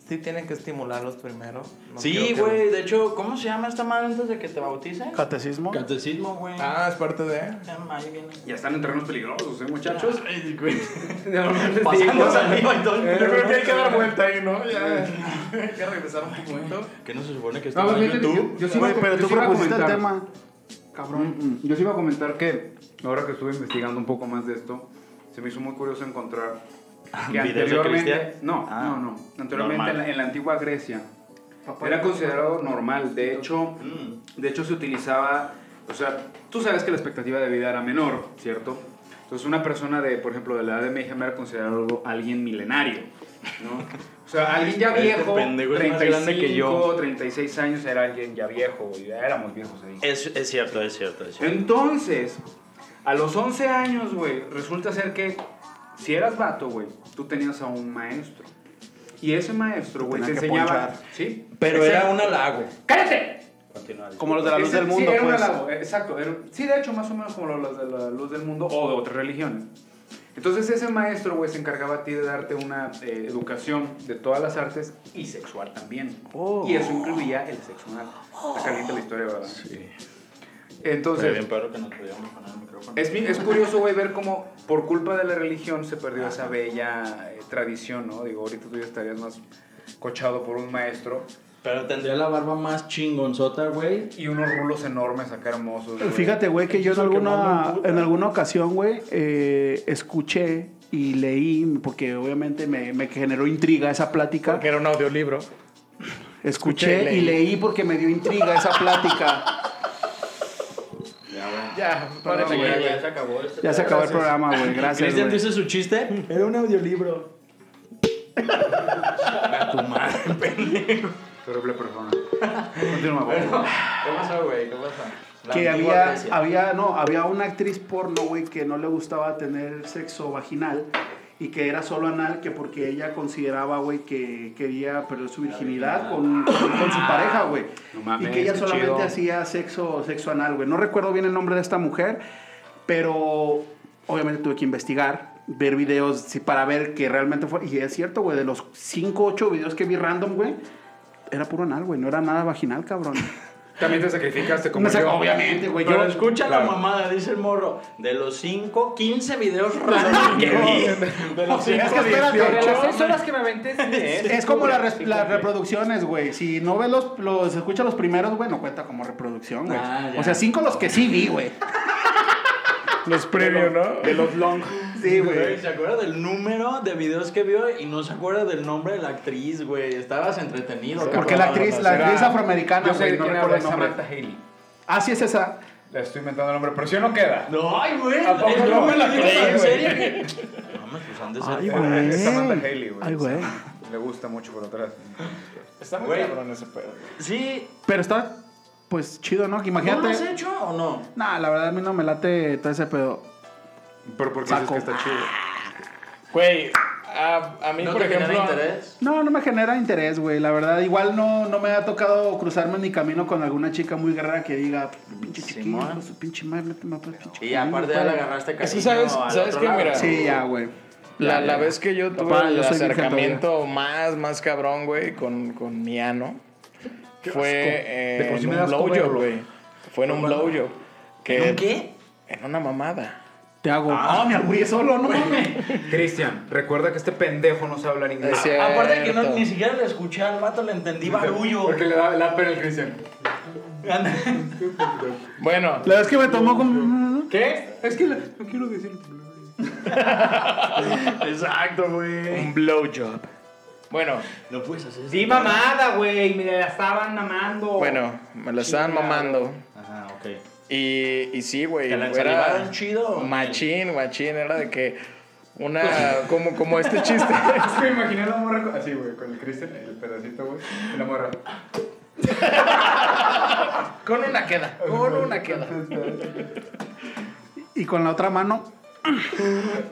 A: Sí, tienen que estimularlos primero. No
B: Sí,
A: quiero que-
B: güey. De hecho, ¿cómo se llama esta madre antes de que te bauticen?
D: eh, ¿Catecismo?
B: Catecismo, güey.
A: Ah, es parte
B: Eh,
A: de.
B: Ahí viene.
E: Ya están en terrenos peligrosos, ¿eh, muchachos?
B: Pasando saliva y todo.
A: Yo creo que hay que dar vuelta ahí, ¿no? Ya. hay que regresar un poquito.
B: ¿Qué no se supone que
E: No,
B: estaba en
E: fíjate,
B: YouTube?
E: yo, yo sí iba a
D: Güey,
E: co-
D: pero
E: yo
D: tú
E: sí iba a
D: propusiste el
E: comentar.
D: tema. Cabrón.
E: Mm, Yo sí iba a comentar que ahora que estuve investigando un poco más de esto, se me hizo muy curioso encontrar que
B: Ah, ¿Videos de Cristian?
E: anteriormente, no,
B: Ah,
E: no, no, anteriormente en
B: normal.
E: la, en la antigua Grecia era considerado normal. De hecho,
B: Mm.
E: de hecho se utilizaba, o sea, tú sabes que la expectativa de vida era menor, ¿cierto? Entonces una persona de, por ejemplo, de la edad de Mayhem era considerado alguien milenario, ¿no? O sea, alguien ya
B: Este
E: viejo,
B: pendejo es más
E: 35,
B: grande que yo.
E: 36 años era alguien ya viejo, y ya éramos viejos ahí.
B: Es, es cierto, es cierto, es cierto.
E: Entonces, a los 11 años, güey, resulta ser que si eras vato, güey, tú tenías a un maestro. Y ese maestro, güey, te
D: tenían que
E: enseñaba...
D: ponchar.
E: ¿Sí?
B: Pero
E: Exacto.
B: era un halago.
E: ¡Cállate!
B: Continúa.
D: Como los de la luz
E: Ese-
D: del mundo,
E: sí, era un
D: pues.
E: halago, eh, exacto. era- sí, de hecho, más o menos como los de la luz del mundo o de otras religiones. Entonces ese maestro, güey, se encargaba a ti de darte una eh, educación de todas las artes y sexual también.
D: Oh.
E: Y eso incluía el sexo anal. Está caliente la historia, ¿verdad? Sí. Entonces,
B: Pero bien, pero que no podíamos poner el micrófono.
E: es, bien- es curioso, güey, ver cómo por culpa de la religión se perdió esa bella eh, tradición, ¿no? Digo, ahorita tú ya estarías más cochado por un maestro
B: Pero tendría
G: Tendría la barba más chingonzota, güey.
E: y unos rulos enormes acá hermosos. güey.
D: Fíjate, güey, que yo en
E: Eso que
D: alguna,
E: más me
D: en alguna ocasión, güey, eh, escuché y leí, porque obviamente me, me generó intriga esa plática.
A: Porque era un audiolibro.
D: Escuché
A: escuché y
D: y leí porque me dio intriga esa plática.
A: Ya, párate,
D: güey.
A: güey.
B: ya se acabó este
D: Ya se acabó el programa, güey. Gracias,
B: Cristian, ¿tú
D: güey.
B: dices su chiste?
G: Era un audiolibro.
B: A tu madre, pendejo.
E: Terrible persona. Continúa, güey.
B: ¿Qué pasó, güey? ¿Qué pasó? La
D: Que
B: antigua
D: había,
B: Grecia.
D: había, no, había una actriz porno, güey, que no le gustaba tener sexo vaginal y que era solo anal, que porque ella consideraba, güey, que quería perder su virginidad con, con su pareja, güey.
E: No mames,
D: y que ella
E: qué
D: solamente
E: chido.
D: hacía sexo, sexo anal, güey. No recuerdo bien el nombre de esta mujer, pero obviamente tuve que investigar, ver videos sí, para ver que realmente fue. Y es cierto, güey, de los 5 8 videos que vi random, güey, era puro anal, güey, no era nada vaginal, cabrón.
E: También te sacrificaste como
D: Me sac-
E: yo.
D: obviamente, güey.
B: Pero
D: Yo,
B: escucha
E: Claro.
B: la mamada, dice el morro. De los 5, 15 videos raros que vi. De los 5,
D: es que espérate,
E: Pero
D: yo-
E: las seis horas que me aventé, sí, ¿eh?
D: Es como las res- las reproducciones, güey. Si no ves los, los escucha los primeros, güey, no cuenta como reproducción, güey.
B: Ah, ya.
D: o sea, cinco los que sí vi, güey.
A: Los premios, ¿no?
D: De los long. Sí, güey.
B: Se acuerda del número de videos que vio y no se acuerda del nombre de la actriz, güey. Estabas entretenido.
D: Porque
B: cabrón.
D: la actriz, la actriz afroamericana,
E: Yo sé
D: güey,
E: de
D: no
E: quién
D: recuerdo
E: habla
D: el nombre.
E: Samantha Haley.
D: Ah, sí es esa.
E: Le estoy inventando el nombre, pero si no queda.
B: No, ay, güey.
E: ¿A poco
B: el
E: no
B: nombre
E: me la
B: lo dijo
E: creí,
B: tan
E: güey?
B: serio que- No, mames, pues han de ser-
D: Ay,
E: Es
D: güey. ¿eh?
E: Samantha Haley, güey.
D: Ay, güey.
E: Le gusta mucho por atrás.
A: Está muy
B: Güey.
A: cabrón ese pedo.
B: Sí.
D: Pero está, pues, chido, ¿no? Que
B: ¿No lo has
D: Imagínate.
B: hecho o no?
D: Nah, la verdad a mí no me late todo ese pedo.
E: Pero porque
D: dices
E: dices
D: que
E: que está
D: está
E: chido.
A: Güey, a, a mí,
B: ¿No
A: por
B: te genera
A: ejemplo.
B: interés?
D: No, no me genera interés, güey. La verdad, igual no, no me ha tocado cruzarme ni camino con alguna chica muy guerrera que diga, pinche chiquillo,
B: Simón.
D: hijo de su pinche madre, no te matas, pinche
B: Y aparte ya le agarraste cariño.
A: Es que sabes-
B: al
A: sabes
B: otro
A: que,
B: lado.
A: mira,
D: Sí, ya, güey.
A: La, la vez que yo tuve
D: Papá,
A: el
D: yo soy virgen
A: acercamiento más, más cabrón, güey, con, con mi ano, fue eh,
E: De por sí
A: en
E: me
A: un
E: das asco,
A: blowjob,
E: güey.
A: güey. Fue en un blowjob. que-
B: ¿En qué?
A: En una mamada.
D: Te hago. Ah, me albué solo, no mames.
E: Cristian, recuerda que este pendejo no sabe hablar inglés.
A: Sí. Cierto.
B: Aparte que no, ni siquiera le escuché al vato, le entendí barullo.
C: Porque le da la pena al Cristian.
A: Bueno,
D: La verdad es que me tomó como.
E: ¿Qué? Es que no quiero decir.
B: Exacto, güey.
A: un blowjob. Bueno,
B: No puedes hacer eso.
E: Di mamada, güey. Me la estaban mamando.
A: bueno, me lo estaban
E: Chingado.
A: mamando.
B: Ajá, ok.
A: Y, y sí, güey.
B: ¿Te la
A: Era
B: ensalivaron chido? o qué?
A: machín, machín. Era de que una... como, como este chiste.
C: Es que me imaginé la morra con- así, güey, con el Cristian, el pedacito, güey. Y la morra.
A: con una queda, con una queda.
D: Y con la otra mano.
A: Pues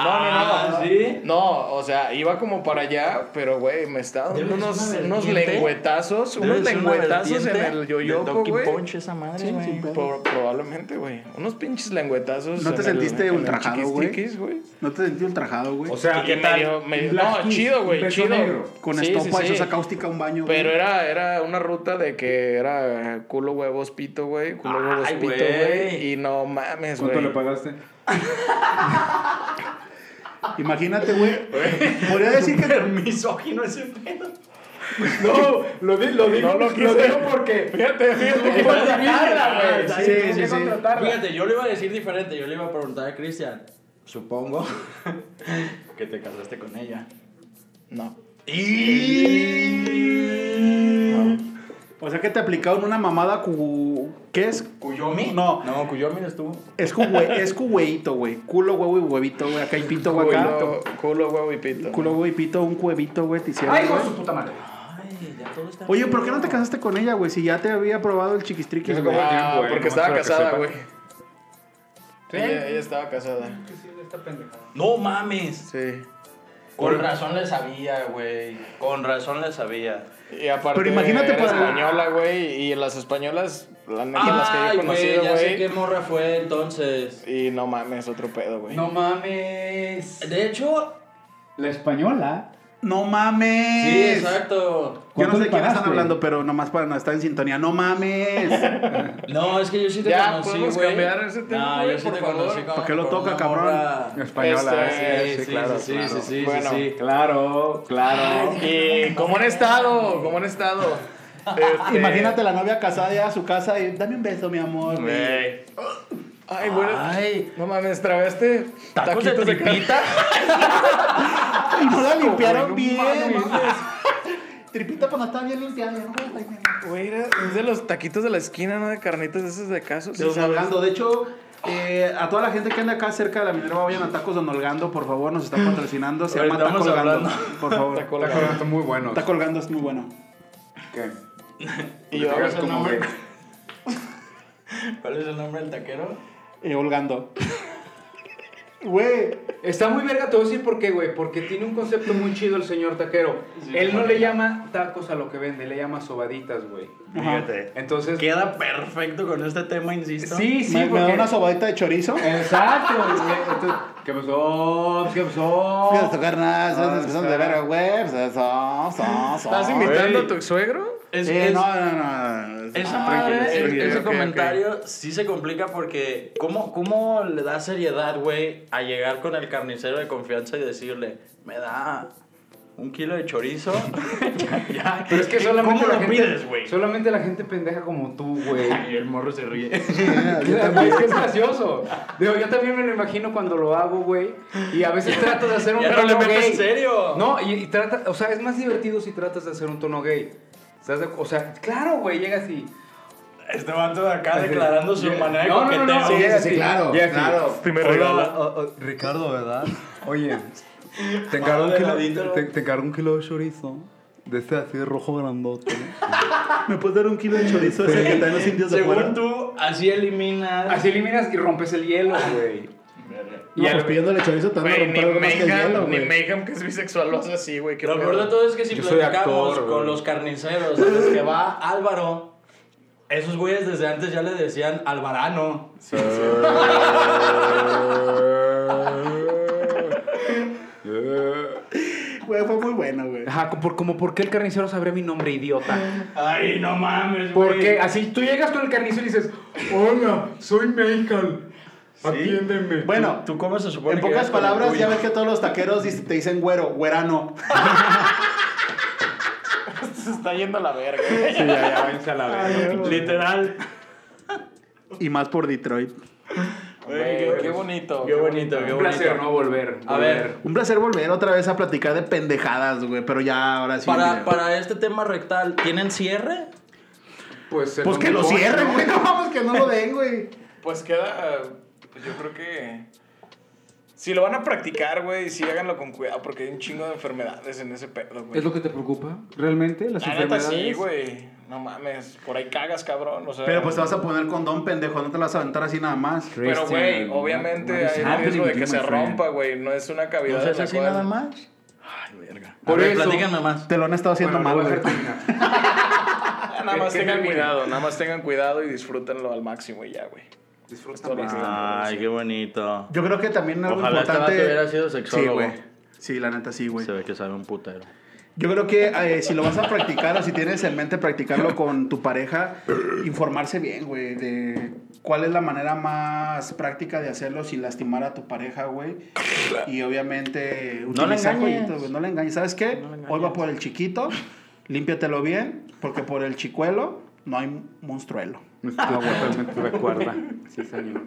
B: Ah, ¿sí?
A: No, o sea, iba como para allá, pero güey, me estaba dando
B: Debe ser
A: unos,
B: una
A: unos
B: vertiente.
A: lengüetazos,
B: Debe
A: unos
B: ser una
A: lengüetazos en
B: vertiente
A: el
B: del
A: yoyopo,
B: Donkey
A: güey.
B: Punch esa madre, güey.
A: Por- probablemente, güey. Unos pinches lengüetazos.
D: ¿No te
A: en el-
D: sentiste
A: en el
D: ultrajado, güey?
A: chiquistriquis, güey?
D: No te sentí ultrajado, güey.
E: O sea,
A: Y que me dio- me dio- no, chido, güey, chido.
D: con
A: sí,
D: estopa,
A: sí, sí.
D: eso saca cáustica un baño, güey.
A: Pero era, era una ruta de que era culo huevos pito, güey. Culo
B: Ay,
A: huevos pito,
B: güey.
A: güey. Y no mames,
F: ¿Cuánto le
A: güey.
F: pagaste?
D: Imagínate, güey. Podría decir que.
B: Misógino ese pedo.
E: No, lo, di- lo digo,
A: No lo
E: lo
A: quise.
E: digo porque.
A: Fíjate, fíjate.
E: Contratarla, güey.
B: Sí,
E: Tengo
D: sí,
E: que
D: sí.
E: contratarla.
B: Fíjate, yo le iba a decir diferente. Yo le iba a preguntar a Cristian. Supongo que te casaste con ella.
A: No.
B: Y...
D: O sea que te aplicaron una mamada cu... ¿Qué es?
B: ¿Cuyomi?
D: No,
A: No, Cuyomi estuvo.
D: es cuwe... es cubeito, güey. Culo, huevo y huevito, güey. Acá y pito, güey. acá.
A: Culo, culo, huevo y pito.
D: Culo, huevo y pito, un cuevito, güey. Te hicieron,
E: ¡Ay, hijo de
D: güey.
E: su puta madre!
B: Ay, ya todo está
D: Oye,
B: bien.
D: ¿por qué no te casaste con ella, güey? Si ya te había probado el chiquistriquis,
E: Eso
D: güey.
E: como-
A: Ah,
E: tiempo, eh, nomás
A: porque estaba
E: para que
A: casada,
E: sepa.
A: güey.
E: ¿Sí?
A: Ella, ella estaba casada.
B: No mames.
A: Sí.
B: Con razón le sabía, güey. Con razón le sabía.
A: Y aparte,
D: Pero imagínate
A: era
D: para-
A: española, güey. Y las españolas, la neta, las que yo he
B: Ay,
A: conocido,
B: güey, ya sé qué
A: güey.
B: morra fue entonces.
A: Y no mames, otro pedo, güey.
E: No mames.
B: De hecho,
F: La española.
D: No mames.
B: sí, exacto.
D: Yo no
F: ¿Cuánto
D: sé
F: le
D: quién están
F: pagaste?
D: hablando, pero nomás para no estar en sintonía. No mames.
B: No, es que yo sí te
A: Ya,
B: conocí,
A: ¿podemos
B: güey.
A: cambiar ese tema,
B: No,
A: güey,
B: yo sí
A: por
B: te
A: favor?
B: conocí. con-
D: ¿Para qué lo
B: con
D: toca,
B: una
D: cabrón?
B: morra.
E: Española,
A: Este,
E: sí, sí,
B: sí,
E: claro.
B: sí,
E: claro.
B: sí, sí, sí,
A: Bueno.
B: sí.
F: Claro, claro.
A: Y cómo han estado, cómo han estado. Este-
D: Imagínate la novia casada ya a su casa y dame un beso, mi amor.
B: Güey.
A: Ay, bueno.
B: Ay.
A: No mames, traveste.
B: ¿Tacos de tripita?
D: Y no la limpiaron
A: güey, no
D: bien.
A: mames.
D: Tripita pues no está bien limpiada. ¿no? Ay, mi amor.
A: Güey, era- es de los taquitos de la esquina, ¿no? De carnitas esos de casos.
D: De Don Holgando. De hecho, eh, a toda la gente que anda acá cerca de la Minerva, vayan a Tacos Don Holgando, por favor, nos están patrocinando. Se llama
B: Ahorita
D: Taco
B: vamos
D: Holgando.
B: hablando.
D: Por favor.
E: Está colgando muy bueno.
D: Taco Holgando es muy bueno.
E: ¿Qué?
A: Y yo,
B: ¿Cuál es el nombre? ¿Cuál es el nombre del taquero?
D: Eh, Holgando. Güey.
E: Está muy verga, te voy a decir por qué, güey. Porque tiene un concepto muy chido el señor taquero. Él no le llama tacos a lo que vende, le llama sobaditas, güey.
B: Fíjate.
E: Entonces.
B: Queda perfecto con este tema, insisto.
E: Sí, sí,
D: me, me
E: porque...
D: da una sobadita de chorizo.
E: Exacto. güey. Entonces, ¿Qué pasó? Pues, ¿Qué pasó?
D: Fíjate, carnal,
E: Ah,
D: esas personas de
E: claro.
D: verga, güey. pues, eso, eso, eso.
A: ¿Estás imitando
E: Güey.
A: a tu suegro?
B: Es,
D: Eh,
B: es-
D: no, no, no. no.
B: Esa
D: Ah,
B: madre,
A: tranquilo,
B: el-
A: tranquilo,
B: ese
A: ok,
B: comentario sí se complica porque ¿cómo, cómo le da seriedad, güey, a llegar con el carnicero de confianza y decirle, me da un kilo de chorizo? Ya, ya.
E: Pero es que solamente
B: ¿Cómo
E: la
B: lo
E: gente,
B: pides, güey?
E: Solamente la gente pendeja como tú, güey.
B: Y el morro se ríe.
E: Es que es gracioso. Digo, yo también me lo imagino cuando lo hago, güey. Y a veces trato de hacer un
B: Ya no le
E: tono
B: meto
E: gay.
B: en serio.
E: No, y, y trata, o sea, es más divertido si tratas de hacer un tono gay. ¿Estás de- o sea, claro, güey, llegas y.
B: Este vato de acá declarando su manera de
E: No, no, no, no,
B: coqueteo.
E: llegas
F: sí,
E: y-
F: claro,
E: llegas y-
F: claro.
A: Primero
D: oh,
A: regalo.
E: Ricardo, ¿verdad? Oye, te
B: encargo
D: Ah,
B: un kilo- Madre, te-
E: un kilo de chorizo. De este así rojo grandote.
D: ¿Me puedes dar un kilo de chorizo ese que traen los indios de
B: Según
D: fuera?
B: tú, así eliminas.
E: Así eliminas y rompes el hielo, güey.
F: Y pues pidiéndole chorizo te van a
A: Güey, ni
F: romper algo más que el hielo,
A: Mayhem, ni
F: güey.
A: Mayhem que es bisexual lo hace así, güey. qué
B: Lo peor
A: pedo.
B: de todo es que si
E: Yo soy
B: platicamos
E: actor,
B: con
E: güey.
B: los carniceros a los que va Álvaro, esos güeyes desde antes ya le decían Alvarano.
D: Güey, fue muy bueno, güey.
E: Ajá, como por, como por qué el carnicero sabría mi nombre, idiota.
B: Ay, no mames, güey.
E: Porque así tú llegas con el carnicero y dices, hola, soy Michael. Atiéndeme.
D: Bueno,
B: ¿Tú cómo se supone
D: en
B: que
D: pocas
B: eres con el
D: palabras, ya
B: tuyo?
D: ves que todos los taqueros dice- te dicen güero, güerano.
A: Se está yendo a la verga.
E: Sí, ya, ya, váyanse a la verga.
B: Literal.
D: Y más por Detroit.
A: Güey,
B: Güey,
A: qué bonito.
B: Qué bonito, qué bonito.
E: Un placer no volver.
B: A
E: volver.
B: ver.
D: Un placer volver otra vez a platicar de pendejadas, güey. Pero ya, ahora sí.
B: Para,
D: mira.
B: para este tema rectal, ¿tienen cierre?
E: Pues, el
D: Pues que lo
E: Omnipod,
D: cierren,
E: ¿no?
D: güey. No vamos, que no lo den, güey.
A: Pues queda. Pues yo creo que. Si lo van a practicar, güey, sí háganlo con cuidado, porque hay un chingo de enfermedades en ese pedo, güey.
E: ¿Es lo que te preocupa? ¿Realmente? ¿Las
A: La neta
E: enfermedades?
A: sí, güey. No mames, por ahí cagas, cabrón. O sea,
D: Pero pues te vas a poner condón, pendejo. No te lo vas a aventar así nada más.
A: Pero,
E: este,
A: güey, obviamente
E: what is
A: hay
E: happening
A: riesgo de
E: to
A: que
E: you,
A: se
E: my friend?
A: rompa, güey. No es una cavidad.
B: ¿No
A: en
B: se hace
A: la
B: así
A: cual-
B: nada más? Ay, verga. A
E: Por
B: ver,
E: eso-
B: platícame más.
D: Te lo han estado haciendo
E: Bueno, lo voy a
D: mal,
E: dejar
D: güey.
E: terminar.
A: Ah, Nada
E: Que-
A: más
E: que
A: tengan
E: termine.
A: cuidado, nada más tengan cuidado y disfrútenlo al máximo y ya, güey.
E: Disfruta
A: Todo lo
E: más.
A: que-
B: Ay, qué bonito.
D: Yo creo que también algo
B: Ojalá este
D: importante.
B: vato hubiera sido
D: Sí,
B: sexólogo.
D: güey. Sí, la neta sí, güey.
B: Se ve que sabe un putero.
D: Yo creo que eh, si lo vas a practicar o si tienes en mente practicarlo con tu pareja, informarse bien, güey, de cuál es la manera más práctica de hacerlo sin lastimar a tu pareja, güey. Y obviamente utilizar
B: engañes.
D: jueguitos, güey, no le engañes. ¿Sabes qué? Hoy va por el chiquito, límpiatelo bien, porque por el chicuelo no hay monstruelo.
E: Ah, güey, totalmente de acuerdo. Sí, señor.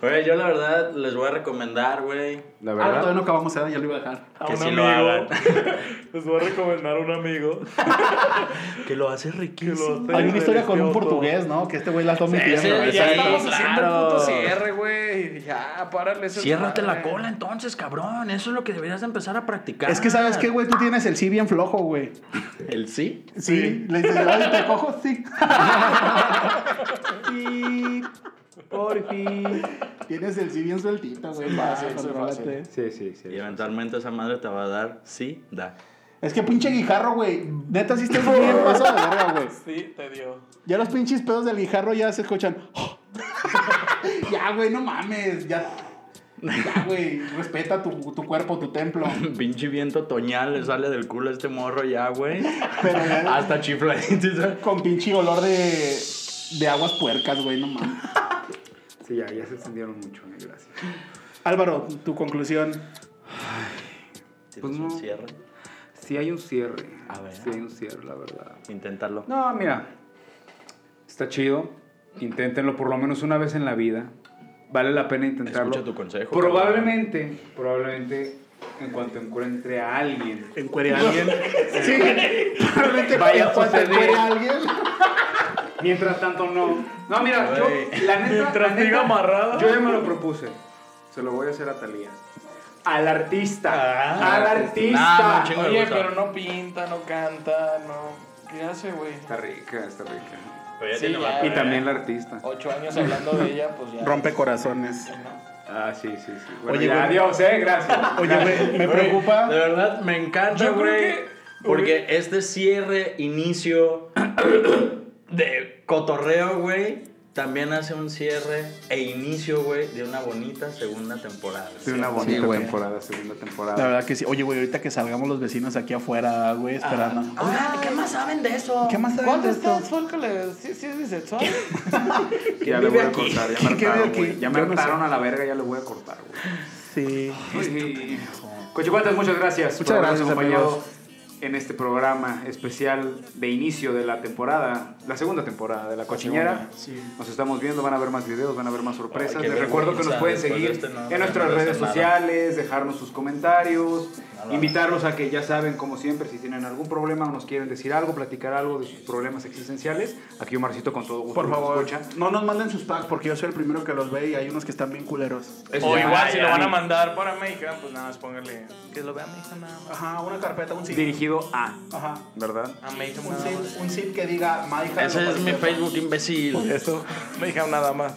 B: Güey, yo la verdad les voy a recomendar, güey.
H: La
I: Ah, todavía
H: verdad.
I: no acabamos, ¿eh? ya lo iba a dejar.
F: A
B: Que
F: un
B: sí lo hagan.
F: amigo. Les voy a recomendar a un amigo.
B: Que lo hace
F: que lo
B: riquísimo.
F: hace
D: Hay una historia con un
F: delicioso.
D: portugués, ¿no? Que este güey la está omitiendo.
B: sí,
F: Ya
B: sí,
F: estamos
B: claro.
F: haciendo el puto cierre, güey. Ya, párale. ese
B: Ciérrate la
F: desmadre.
B: cola entonces, cabrón. Eso es lo que deberías de empezar a practicar.
D: Es que, ¿sabes qué, güey? Tú tienes el sí bien flojo, güey.
B: El sí.
D: Sí. Le dices, ay, te cojo, sí.
I: Y por fin.
D: Tienes el sí bien sueltito, güey.
F: fácil,
D: va,
F: sí,
D: contrólate.
H: Sí, sí, sí.
B: Y eventualmente esa madre te va a dar sí, da.
D: Es que pinche guijarro, güey. Neta, sí estás bien pasado de verga, güey.
F: Sí, te dio.
D: Ya los pinches pedos del guijarro ya se escuchan.
I: Ya, güey, no mames. Ya, ya, güey. Respeta tu, tu cuerpo, tu templo.
B: Pinche viento toñal le sale del culo a este morro ya, güey.
D: Pero ya-
B: Hasta chifla.
D: con pinche olor de, de aguas puercas, güey, no mames.
E: Sí, ya, ya se extendieron mucho, eh, gracias.
D: Álvaro, tu conclusión.
B: Pues
E: no.
B: Cierra.
E: Sí hay un cierre.
B: A ver.
E: Sí hay un cierre, la verdad.
B: Inténtalo.
E: No, mira. Está chido. Inténtenlo por lo menos una vez en la vida. Vale la pena intentarlo.
B: Escucha tu consejo,
E: Probablemente, probablemente, en cuanto encuentre a alguien.
D: ¿Encuere a alguien?
E: Sí, probablemente vaya a suceder.
D: ¿Encuere a alguien?
E: Mientras tanto, no. No, mira, yo, la neta.
F: Mientras
E: la neta,
F: siga amarrado.
E: Yo ya me lo propuse. Se lo voy a hacer a Talía. Al artista.
D: Ah,
E: al artista.
B: Nah, no, chingo de
F: Oye,
B: gusto.
F: pero no pinta, no canta, no. ¿Qué hace, güey?
E: Está rica, está rica.
B: Pero ya
F: Sí,
B: tiene
F: ya,
B: barba.
E: Y también la artista.
F: Ocho años hablando de ella, pues ya.
D: Rompe corazones.
E: Ah, sí, sí, sí. Bueno,
D: Oye,
E: ya,
D: güey.
E: adiós, eh, gracias.
D: Oye, güey, me preocupa.
B: De verdad, me encanta,
F: Yo creo
B: güey.
F: que-
B: Porque este cierre, inicio de cotorreo, güey, también hace un cierre e inicio, güey, de una bonita segunda temporada.
E: Sí, una bonita
D: güey.
E: temporada, segunda temporada.
D: La verdad que sí. Oye, güey, ahorita que salgamos los vecinos aquí afuera, güey, esperando.
B: Oigan, ¿qué más saben de eso?
D: ¿Qué más sabes de esto?
F: Fólcales? ¿Sí, sí es bisexual?
E: Ya le voy a cortar, ya me
D: ¿Quién vive
E: hartaron,
D: aquí?
E: güey. Ya me
D: Yo no sé.
E: hartaron a la verga, ya le voy a cortar, güey.
D: Sí.
E: Ay, Cochicuatas, muchas gracias.
D: Muchas
E: por habernos
D: gracias,
E: acompañado
D: amigos.
E: En este programa especial de inicio de la temporada, la segunda temporada de La Cochiñera. Nos estamos viendo, van a ver más videos, van a ver más sorpresas.
B: Ay, qué
E: Les recuerdo que nos
B: vergüenza,
E: pueden
B: después de
E: seguir
B: este no
E: en nuestras
B: regresa
E: redes
B: nada.
E: sociales, dejarnos sus comentarios,
B: Nada.
E: invitarlos a que ya saben, como siempre, si tienen algún problema o nos quieren decir algo, platicar algo de sus problemas existenciales, aquí Omarcito con todo gusto
D: Por
E: nos
D: favor,
E: escucha.
D: no nos manden sus packs porque yo soy el primero que los ve y hay unos que están bien culeros.
F: O igual, si lo van a mandar para México, pues nada más póngale. Que lo vea México nada más.
D: Ajá, una carpeta, un zip.
E: Dirigido a,
D: Ajá.
E: ¿verdad?
F: A México
D: Un
F: nada más.
D: zip, un zip que diga My hija
B: Ese
D: lo
B: es mi
D: participa".
B: Facebook imbécil.
F: Eso, México nada más.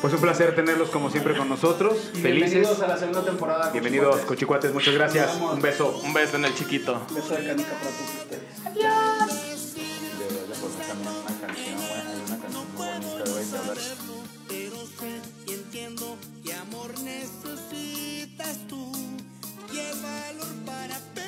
E: Pues un placer tenerlos como siempre con nosotros.
D: Y
E: Felices.
D: Bienvenidos a la segunda temporada.
E: Bienvenidos, cochicuates.
D: cochicuates.
E: Muchas gracias. Un beso.
F: Un beso en el chiquito.
D: Beso de canica para todos ustedes.
B: De verdad, porque también una canción, güey, hay una canción muy bonita, güey, que habla de-
J: necesitas tú y el valor para